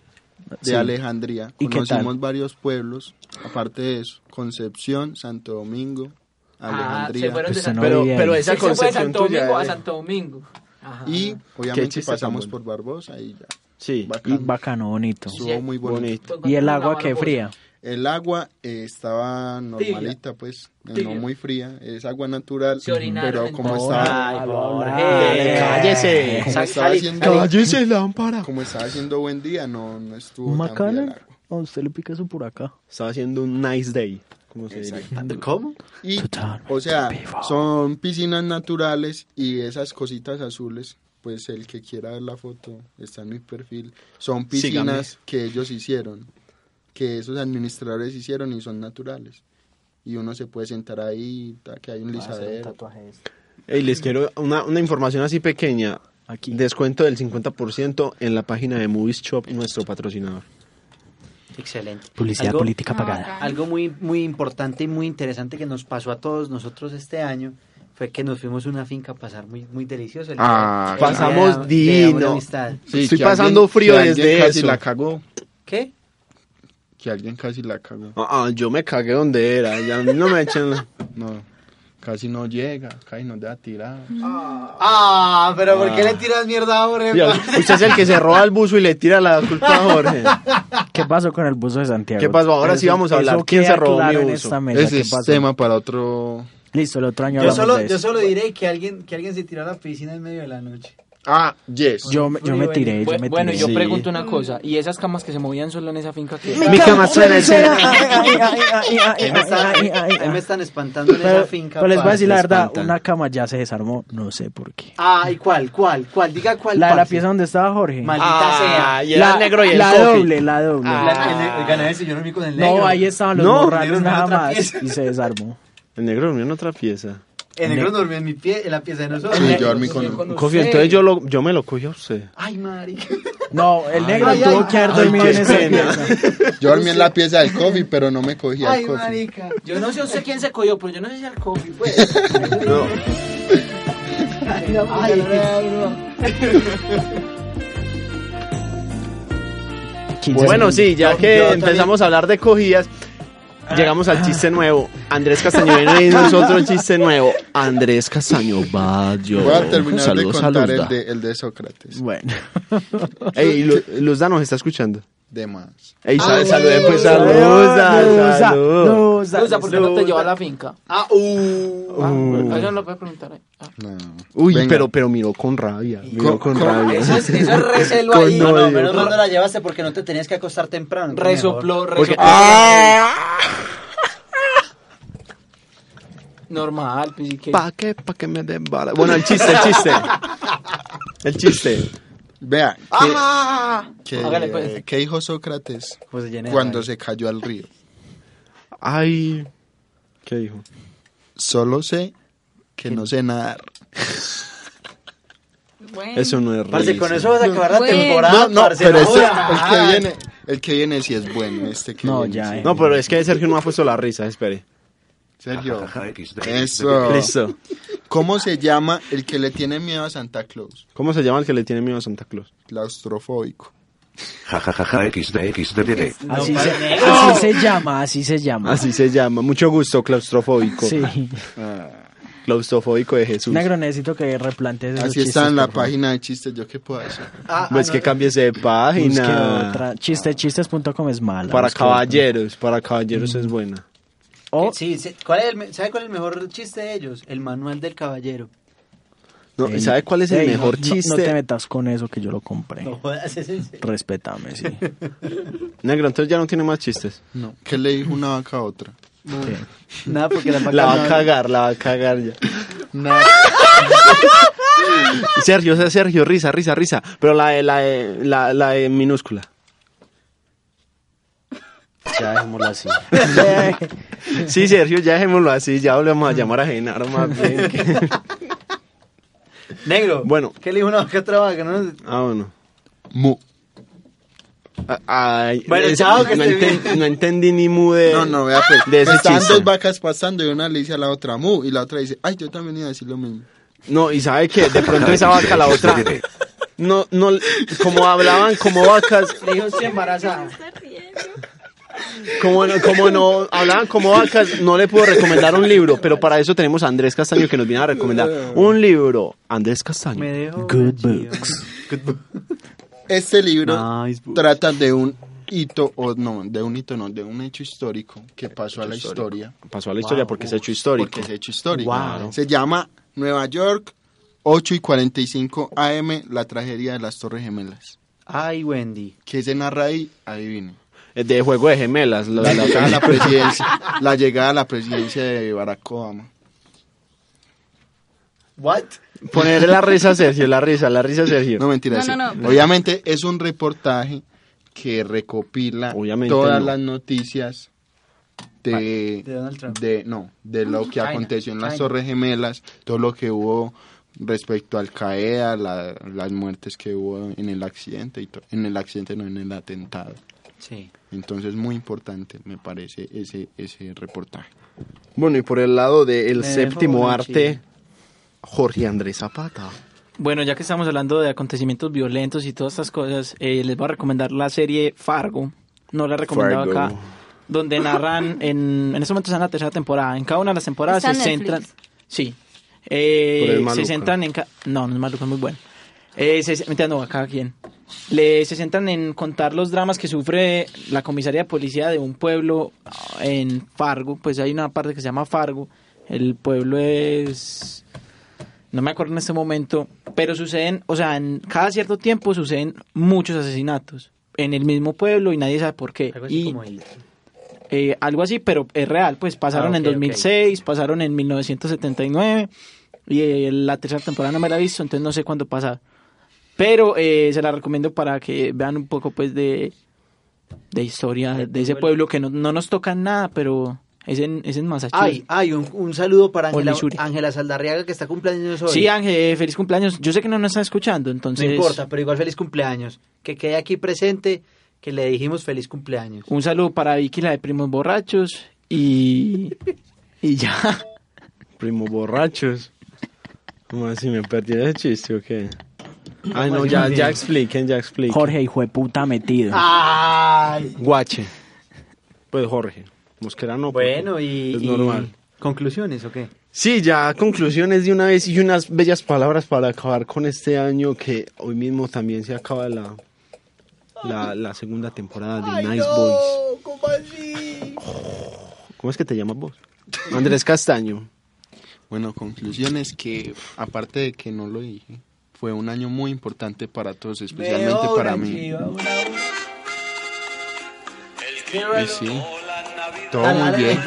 de
Sí.
Alejandría.
¿Y qué tal?
Conocimos varios pueblos, aparte de eso, Concepción, Santo Domingo,
Ah,
Alejandría.
se fueron de
Usted
Santo
no
Pero,
vive ahí.
pero esa
Se fue de
concepción
Santo Domingo
tuya.
a
eh.
Santo Domingo. Ajá.
y obviamente
chiste tan
pasamos
bueno.
por Barbosa y ya.
Sí.
Bacán.
Y bacano, bonito.
Estuvo muy bonito.
Bonito.
Pues cuando
Y el
uno
agua
lava
que
los
fría.
El agua eh, estaba normalita, pues, eh, no
Tibia.
muy fría. Es agua natural,
Se orinaron
pero como
entonces.
estaba...
Ay, Borges. Cállese.
Como
Sal-
estaba
salí.
haciendo...
Cállese,
lámpara. Como estaba haciendo buen día, no, no estuvo tan
Macallan, a usted le pica eso por acá.
Estaba haciendo un nice day. Como se diría.
¿Cómo? Y, o sea, son piscinas naturales y esas cositas azules, pues el que quiera ver la foto está en mi perfil. Son piscinas que ellos hicieron, que esos administradores hicieron y son naturales. Y uno se puede sentar ahí, ta, que hay un
Voy a hacer un este.
lisadero.
Ey, les quiero una, una información así pequeña. Aquí. Descuento del 50% en la página de Movies Shop, nuestro patrocinador.
Excelente.
Publicidad política pagada.
Algo muy, muy importante y muy interesante que nos pasó a todos nosotros este año fue que nos fuimos a una finca a pasar muy, muy delicioso. el
Ah,
día- el día de-
Pasamos
de amor y
divino.
amistad.
Sí,
Estoy
que
pasando
alguien-
frío
que alguien
desde
casi
eso.
la cagó.
¿Qué?
Que alguien casi la cagó.
Ah, ah, yo me cagué donde era. Ya no me echen. la-
No, casi no llega, casi nos da tirado.
Ah, pero ¿por qué
Ah.
le tiras mierda a Borges?
Ya, Usted es el que se roba el buzo y le tira la culpa a
Ah,
Jorge.
¿Qué pasó con el buzo de Santiago?
¿Qué pasó? Ahora sí
Eso-
vamos a hablar.
eso
¿Quién
queda
se robó
claro
mi
en
buzo?
esta mesa,
Ese
¿qué
es
pasó?
tema para otro...
Listo, el otro año
Yo
hablamos
solo,
de
yo
eso.
solo diré que alguien, que alguien se tiró a la piscina en medio de la noche.
Ah, yes.
Yo me- yo me tiré, yo
Bu-
me
Bueno,
tiré.
yo
Sí.
pregunto una cosa. ¿Y esas camas que se movían solo en esa finca? qué?
Mi Mi cama cama suena suena.
Ahí me están- ahí
me están espantando en
Pero,
esa finca.
pero les voy a
parce.
decir la verdad, una cama ya se desarmó, no sé por qué.
Ah, ¿y cuál? ¿Cuál? ¿Cuál? Diga cuál.
La de la
parce. Ah,
pieza donde estaba Jorge.
Maldita sea.
la, la doble, la doble.
La- el, el ganadero se lloró mi con el negro.
no, ahí estaban los
No, el
morrales
negro en
nada
otra
más.
pieza.
Y se desarmó.
El negro durmió en otra pieza.
El negro durmió en mi pie, en la pieza de nosotros.
Sí, yo dormí con-
Cofi, entonces yo, lo, yo me lo cogí a usted.
Ay, Mari.
No, el negro
ay,
tuvo
ay,
que haber
ay,
dormido
qué
en esa
pena.
pieza.
Yo dormí en la pieza del coffee, pero no me cogí al
Ay,
coffee.
marica.
Yo no sé usted quién se cogió, pero yo no sé si al coffee, pues.
Ay, no, ay,
Bueno, sí, ya
Yo-
que
yo también-
empezamos a hablar de cogidas, llegamos al chiste nuevo. Andrés Castaño viene y nos otro chiste nuevo. Andrés Castaño Bayo.
Voy a terminar
Saludos
de
a
contar el
Luzda.
de, el de Sócrates.
Bueno. Ey, Lu- Luzda nos está escuchando.
De más.
Ey,
Ah,
sal-
Luzda.
salude, pues a
Luzda,
Luzda.
Luzda,
salud.
Lusa, ¿por qué no te llevó a la finca?
Ah, uh.
Ah, Eso no lo puede preguntar ahí. Ah.
Uy,
Venga.
pero, pero miró con rabia. Miró con
con-
rabia.
Eso es, eso es recelo
Con
ahí. No,
odio.
no, menos mal no la llevaste porque no te tenías que acostar temprano. que
Resopló,
mejor.
resopló.
Porque-
Normal, pues y que...
¿Para qué? ¿Para que me den bala? Bueno, el chiste, el chiste. El chiste.
Vea,
¡Ah!
¿qué,
Hágale, pues.
qué dijo Sócrates
Pues se llena de
cuando
rabia.
se cayó al río?
Ay. ¿Qué dijo?
Solo sé que no sé nadar.
Bueno.
Eso no es
Parce,
reírse.
con eso vas a acabar la
Bueno.
temporada.
No,
parce,
pero
no
este- el
jodas.
que viene, el que viene sí es bueno, este que
No,
viene
ya,
sí.
eh.
No, pero es que Sergio no ha puesto la risa, espere.
Sergio, eso.
Eso.
Listo.
¿Cómo se llama el que le tiene miedo a Santa Claus?
¿Cómo se llama el que le tiene miedo a Santa Claus?
Claustrofóbico.
Jajajaja XDXDD.
Así, se, así se llama, así se llama.
Así se llama. Mucho gusto, claustrofóbico. Ah,
Sí.
Claustrofóbico de Jesús.
Negro, necesito que replantees esos
Así está
chistes,
en la
por favor.
página de chistes, ¿yo qué puedo hacer?
Ah,
Pues que cámbiese de
Busque
página.
otra. Chiste, chistes.com es mala.
Para
busque otra.
caballeros, para caballeros es buena.
O-
Eh, Sí, sí, ¿cuál es el me- ¿Sabe cuál es el mejor chiste de ellos? El manual del caballero.
No,
Ey,
¿Sabe cuál es el
ey,
mejor
no- no- No, te
chiste?
metas con eso que yo lo compré.
No jodas, es en serio.
Respétame, sí.
Negro, entonces ya no tiene más chistes.
No. ¿Qué le dijo una vaca a otra?
Nada, porque la
La va a
vaca.
cagar, la va a cagar ya. Sergio, Sergio, risa, risa, risa. Pero la de, la de- la, la de minúscula.
Ya dejémoslo así.
Sí, Sergio, ya dejémoslo así, ya volvemos a
Mm.
llamar a Genaro más bien. que-
Negro.
Bueno.
¿Qué le dijo una vaca a otra vaca? No,
Ah, bueno. Ah,
Mu.
Ay,
Bueno,
es-
chao, que
no,
esté
enten- no entendí ni mu de...
No, no, vea pues.
Eh, De ese
Estaban
chiste.
dos vacas pasando y una le dice a la otra mu y la otra dice, ay, yo también iba a decir lo mismo.
No, y sabe que de pronto esa vaca, la otra... No, no, como hablaban como vacas,
Le dijo, estoy embarazada.
como no, como no, hablaban como vacas, no le puedo recomendar un libro, pero para eso tenemos a Andrés Castaño que nos viene a recomendar un libro. Andrés Castaño.
Me dejó.
Good
chido.
books.
Este libro
Nice book.
trata de un hito, o no, de un hito no, de un hecho histórico que pasó a la
histórico.
historia.
Pasó a la historia porque es hecho histórico.
Porque es hecho histórico.
Wow.
Se llama Nueva York, 8 y 45 AM, la tragedia de las Torres Gemelas.
Ay, Wendy.
¿Qué se narra ahí? Adivine.
Es de juego de gemelas. lo
La
de
llegada a la presidencia, la llegada a la presidencia de Barack Obama.
What?
Poner la risa a Sergio, la risa, la risa a Sergio.
No, mentira.
No,
sí.
no, no.
Obviamente es un reportaje que recopila
Obviamente
todas
no.
las noticias de,
De Donald Trump.
de- no, de lo que
China,
aconteció en las
China.
Torres Gemelas, todo lo que hubo respecto al CAEA, la- las muertes que hubo en el accidente y to- en el accidente no en el atentado.
Sí.
Entonces muy importante me parece ese ese reportaje.
Bueno, y por el lado del
Me
séptimo
dejó
arte, Jorge Andrés Zapata.
Bueno, ya que estamos hablando de acontecimientos violentos y todas estas cosas, eh, les voy a recomendar la serie Fargo. No la he recomendado
Fargo.
acá. Donde narran, en, en este momento está en la tercera temporada. En cada una de las temporadas
Está
se
en Netflix.
centran. Sí. Eh,
Pero es
se
maluca.
centran en. ca- No, no es maluca, es muy bueno. Eh, se, mentira, no, a cada quien. Le, se centran en contar los dramas que sufre la comisaría de policía de un pueblo ah, en Fargo. Pues hay una parte que se llama Fargo. El pueblo es no me acuerdo en este momento, pero suceden, o sea, en cada cierto tiempo suceden muchos asesinatos en el mismo pueblo y nadie sabe por qué.
Algo así
Y,
como el-
eh, algo así, pero es real, pues pasaron
Ah,
en
ok, ok.
2006, pasaron en 1979 y eh, la tercera temporada no me la he visto, entonces no sé cuándo pasa. Pero eh, se la recomiendo para que vean un poco pues de, de historia de ese pueblo que no, no nos toca nada, pero es en, es en Massachusetts.
Ay, ay, un, un saludo para
O
Ángela
Missouri.
Ángela Saldarriaga que está cumpleaños hoy.
Sí, Ángel, eh, feliz cumpleaños. Yo sé que no nos está escuchando,
No
entonces...
importa, pero igual feliz cumpleaños. Que quede aquí presente que le dijimos feliz cumpleaños.
Un saludo para Vicky, la de Primos Borrachos. Y. Y ya.
Primo borrachos. ¿Cómo así me perdí ese chiste o qué? Ay, Ah, no,
así
ya,
me
ya
perdí?
expliquen, ya expliquen.
Jorge, hijo de puta metido.
Ay.
Guache. Pues Jorge. Mosquera no.
Bueno,
porque
y,
Es
y-
normal.
conclusiones o qué?
Sí, ya conclusiones de una vez y unas bellas palabras para acabar con este año que hoy mismo también se acaba la, la, la segunda temporada de Nice Boys. Oh,
¿Cómo así?
¿Cómo es que te llamas vos? Andrés Castaño.
Bueno, conclusiones que, aparte de que no lo dije, fue un año muy importante para todos, especialmente
Veo
para
una
mí.
chiva, una-
Y sí, todo muy bien.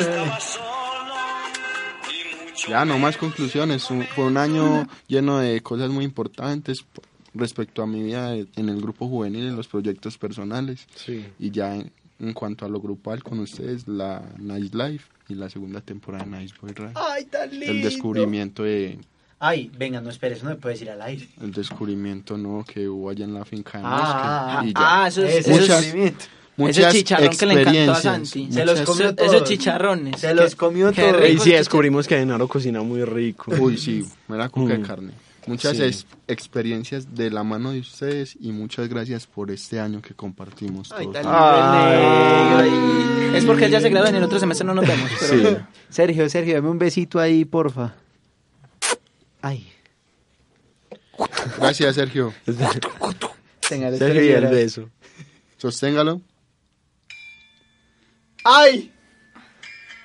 Ya, no más conclusiones. Un- Fue un año lleno de cosas muy importantes p- respecto a mi vida de- en el grupo juvenil, en los proyectos personales.
Sí.
Y ya en, en cuanto a lo grupal con ustedes, la Nice Life y la segunda temporada de Nice Boy Ride.
Ah,
Ay, tan
El
lindo.
descubrimiento de
Ay, venga, no esperes, no me puedes ir al aire.
el descubrimiento nuevo que hubo allá en la finca de
Ah,
Mosca.
ah,
y ya.
ah, eso es- eso es descubrimiento.
muchas
Ese chicharrón que le encantó a
experiencias,
Santi.
muchas-
Esos- Esos chicharrones.
Se los
Qué-
comió
qué
todo.
rico.
Y sí, descubrimos que Adenaro cocina muy rico.
Uy, sí, mera cuca de
Mm.
carne. Muchas
Sí.
ex- experiencias de la mano de ustedes y muchas gracias por este año que compartimos todos.
Es porque él ya se graduó en el otro semestre, no nos vemos. Pero...
Sergio, Sergio, dame un besito ahí, porfa. Ay.
Gracias, Sergio.
Tenga las
Sergio y el
primeras.
beso.
Sosténgalo.
¡Ay!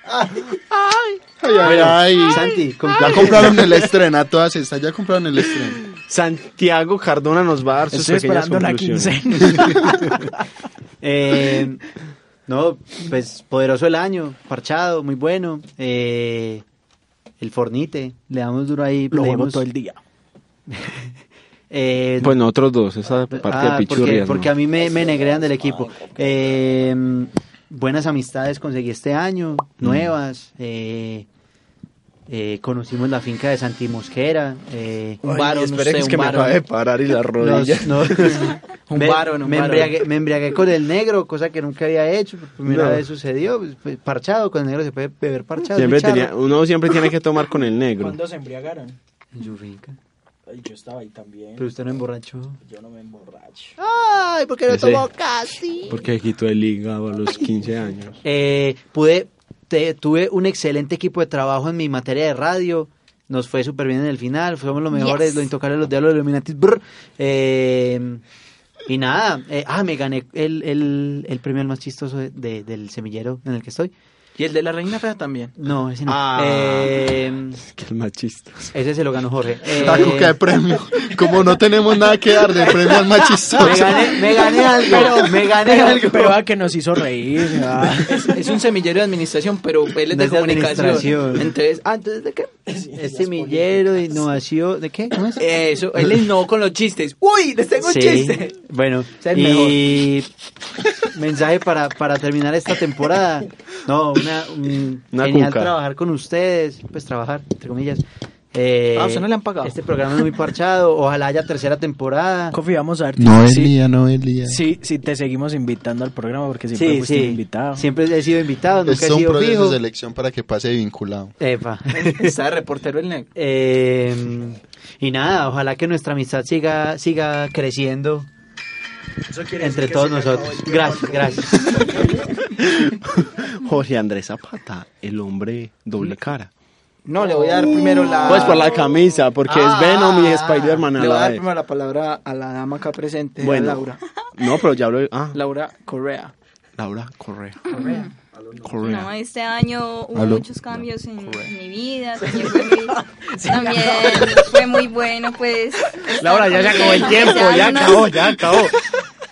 ¡Ay! ¡Ay!
Ay, ay, ay.
Santi,
Ya compraron el estreno, a todas estas, ya compraron el estreno.
Santiago Cardona nos va a dar sus
Estoy
pequeñas
esperando una
conclusiones.
Eh, no, pues poderoso el año, parchado, muy bueno. Eh, el fornite, le damos duro ahí.
Lo juego
leemos.
todo el día.
Eh,
Pues nosotros dos, esa parte
ah,
de
porque,
pichurrias.
porque
¿no?
a mí me, me negrean del equipo. Eh, buenas amistades conseguí este año,
Mm.
nuevas. eh, eh, conocimos la finca de Santi Mosquera. eh,
Un varón, espere,
usted,
es
un
que me
varón.
acabe de parar y la rodilla.
No, no.
Un
me,
varón, un
me
varón.
embriagué, me embriagué con el negro, cosa que nunca había hecho. Por primera
No.
vez sucedió. pues, pues, parchado, con el negro se puede beber parchado.
Siempre
es muy
tenía-
charro.
uno siempre tiene que tomar con el negro.
¿Cuándo se embriagaron?
En su finca.
Ay, yo estaba ahí también.
Pero usted no emborrachó.
Yo no me emborracho.
Ay, porque lo
Ese-
tomó casi.
Porque quitó el hígado a los 15 años.
Eh, pude, te- tuve un excelente equipo de trabajo en mi materia de radio. Nos fue súper bien en el final. Fuimos los mejores,
Yes.
los intocables, los diablos, los Illuminatis. brr. Eh, Y nada, eh, ah, me gané el, el, el premio al más chistoso de- de- del semillero en el que estoy.
Y el de la reina fea también.
No, ese no.
Ah.
Eh,
Que el machista.
ese se lo ganó Jorge. Eh,
Taco que de premio. Como no tenemos nada que dar de premio al machista.
Me gané- me gané algo,
Pero-
me gané
pero-
algo.
pero
a que nos hizo reír. ah.
Es, es un semillero de administración, pero él es
No
de
es de
comunicación.
administración.
Entonces, ah, entonces, ¿de qué?
Es semillero de innovación. ¿De qué? ¿Cómo es?
Eso, él innovó con los chistes. ¡Uy! ¡Les tengo
Sí,
un chiste!
Bueno,
Sea el
y mensaje para, para terminar esta temporada. No, una, un-
Una
genial
cuca.
trabajar con ustedes, pues trabajar, entre comillas. Eh,
Ah, ¿usted no le han pagado?
Este programa es muy parchado, ojalá haya tercera temporada.
Cofi, vamos a ver.
Noelia, Noelia.
Sí, sí, te seguimos invitando al programa porque siempre
Sí,
fuiste
sí.
invitado.
Siempre he sido invitado, nunca
Este
he
es un
sido
proceso
fijo.
de selección para que pase vinculado.
Epa.
Está de reportero el negro.
Eh, y nada, ojalá que nuestra amistad siga, siga creciendo entre todos nosotros. Gracias, gracias.
Jorge Andrés Zapata, el hombre doble cara.
No, le voy a dar primero la.
Pues por la camisa, porque es Venom y Spider-Man a
Le voy a
la
dar
vez.
primero la palabra a la dama acá presente, a
Bueno.
Laura.
No, pero ya hablo. Ah,
Laura Correa.
Laura Correa.
Correa.
No,
Correa.
este año hubo
Aló.
muchos cambios en mi vida. También fue muy, también fue muy bueno, pues. estar
Laura, ya se
con
acabó el
ustedes,
tiempo, ya
algunos-
acabó, ya acabó.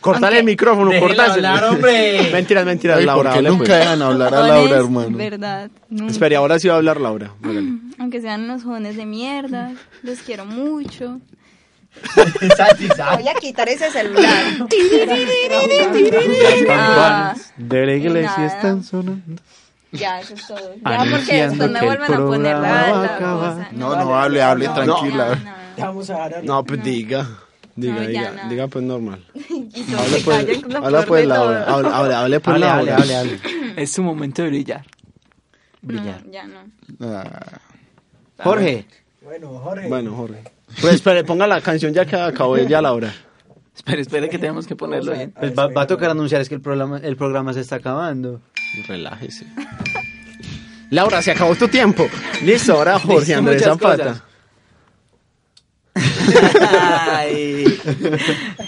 Cortale el micrófono,
Déjelo
cortáselo.
hablar, hombre.
Mentiras, mentiras,
Ay,
Laura.
porque
hable,
nunca
pues.
dejan hablar a
Jones,
Laura, hermano.
Verdad. nunca.
Espere, ahora sí va a hablar Laura. Hágale.
Aunque sean unos jóvenes de mierda, los quiero mucho.
Voy a quitar ese celular.
Ah,
Debería que le
Nada.
están sonando.
ya, eso es todo. Ya, porque
Anunciando
después me
que el
vuelven a poner
programa
la,
va a
la
acabar.
cosa.
No, no, hable, hable,
No,
tranquila.
Vamos a dar
No, pues diga. Diga,
No, ya
diga,
nada.
diga pues normal.
Y todos
Habla
se callan
pues,
con lo
habla
peor
pues
de
Laura.
todo.
Hable, hable, hable pues
Hable,
Laura.
hable, hable,
Es su momento de brillar.
No, ya no.
Jorge.
Bueno, Jorge.
Ah. Bueno, Jorge. Pues espere, ponga la canción ya que acabó ya Laura.
Espera, espera que tenemos que ponerlo bien.
Pues va, va a tocar anunciar es que el programa, el programa se está acabando.
Relájese. Laura, se acabó tu tiempo. Listo, ahora Jorge
Listo,
Andrés
muchas
Zapata.
Ay,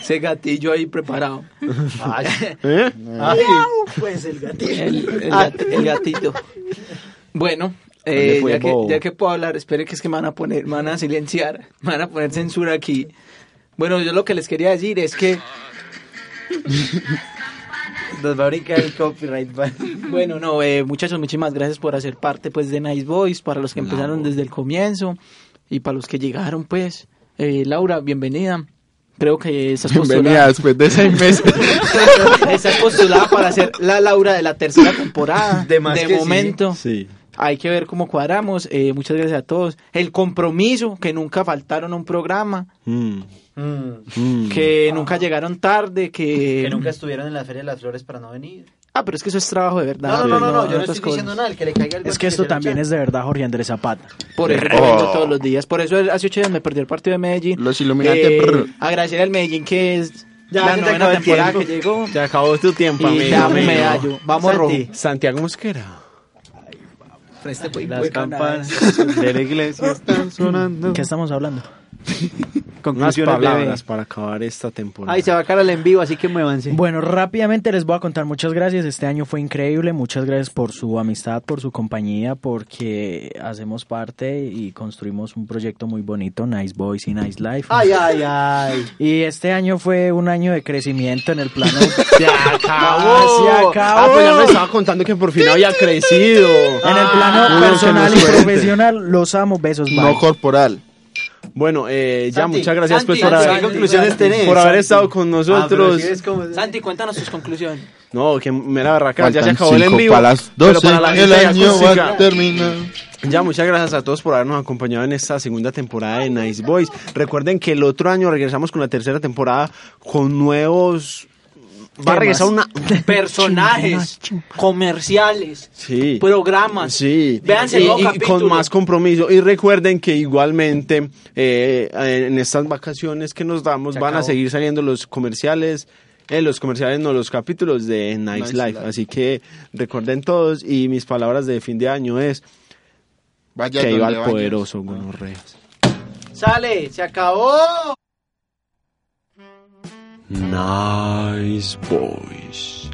ese gatillo ahí preparado.
¿Eh?
Ah,
Ay.
Pues el gatillo.
El, el
Ah,
gat- el gatito. Bueno,
¿Dónde
eh,
fue,
ya, que,
bobo?
ya que puedo hablar, espere que es que me van a poner, me van a silenciar, me van a poner censura aquí. Bueno, yo lo que les quería decir es que,
Nos va a brincar el copyright. va.
bueno, no, eh, muchachos, muchísimas gracias por hacer parte pues de Nice Boys, para los que empezaron desde el comienzo y para los que llegaron pues. Eh, Laura, bienvenida. Creo que estás
Bienvenida
postulada,
después de seis meses.
estás Pues, postulada para ser la Laura de la tercera temporada.
De más que sí.
momento.
Sí.
Hay que ver cómo cuadramos. eh, muchas gracias a todos. El compromiso, que nunca faltaron a un programa,
Mm,
Mm.
mm.
que nunca llegaron tarde, que...
Que nunca estuvieron en la Feria de las Flores para no venir.
Ah, pero es que eso es trabajo de verdad.
No, no, no, no, no, yo no
otras
estoy diciendo
cosas.
nada, el que le caiga el
Es que esto también es de verdad Jorge Andrés Zapata. Oh.
Por
Oh.
eso yo vengo todos los días. Por eso hace ocho días me perdí el partido de Medellín.
Los Illuminati.
Eh,
brr.
agradecer al Medellín que es
Ya,
la
ya te
novena
acabó el
temporada que
tiempo.
llegó.
Se acabó tu tiempo,
Y
amigo.
ya me
mío.
medallo. Vamos, Rojo.
Santi.
Santiago Mosquera.
Preste, pues,
Las
hueca, nada.
campanas de la iglesia están sonando.
¿Qué estamos hablando?
Unas
Conclusiones
palabras para acabar esta temporada.
Ahí se va a cara el en vivo, así que muévanse.
Bueno, rápidamente les voy a contar muchas gracias. Este año fue increíble. Muchas gracias por su amistad, por su compañía, porque hacemos parte y construimos un proyecto muy bonito, Nice Boys y Nice Life.
Ay, ay, ay.
Y este año fue un año de crecimiento en el plano.
Se acabó.
Se acabó.
Ah, pues ya me estaba contando que por fin había crecido.
En el
Ah,
plano
bueno, que
personal y
nos cuente.
profesional, los amo, besos, bye.
No corporal.
Bueno, eh, ya
Santi,
muchas gracias pues,
Santi,
por,
Santi,
haber,
¿qué conclusiones
por
tenés,
haber
Santi?
estado con
Ah, pero
nosotros.
si ves cómo-
Santi, cuéntanos tus conclusiones.
No, que mera barraca, ya
Faltan
se acabó el
cinco
en vivo.
Para las
pero
12
para la
el
gente de
año va
acústica.
a terminar.
Ya, muchas gracias a todos por habernos acompañado en esta segunda temporada de Nice Boys. Recuerden que el otro año regresamos con la tercera temporada con nuevos. Va a regresar una.
Personajes, comerciales,
Sí.
programas.
Sí,
Véanse
y,
el nuevo
y
capítulo.
con más compromiso. Y recuerden que igualmente eh, en estas vacaciones que nos damos
Se
van a
acabó.
seguir saliendo los comerciales, eh, los comerciales no, los capítulos de Nice,
Nice
Life.
Life.
Así que recuerden todos y mis palabras de fin de año es
Vaya
que
donde
iba el
vayas.
poderoso gonorrea.
Sale, se acabó.
Nice Boys.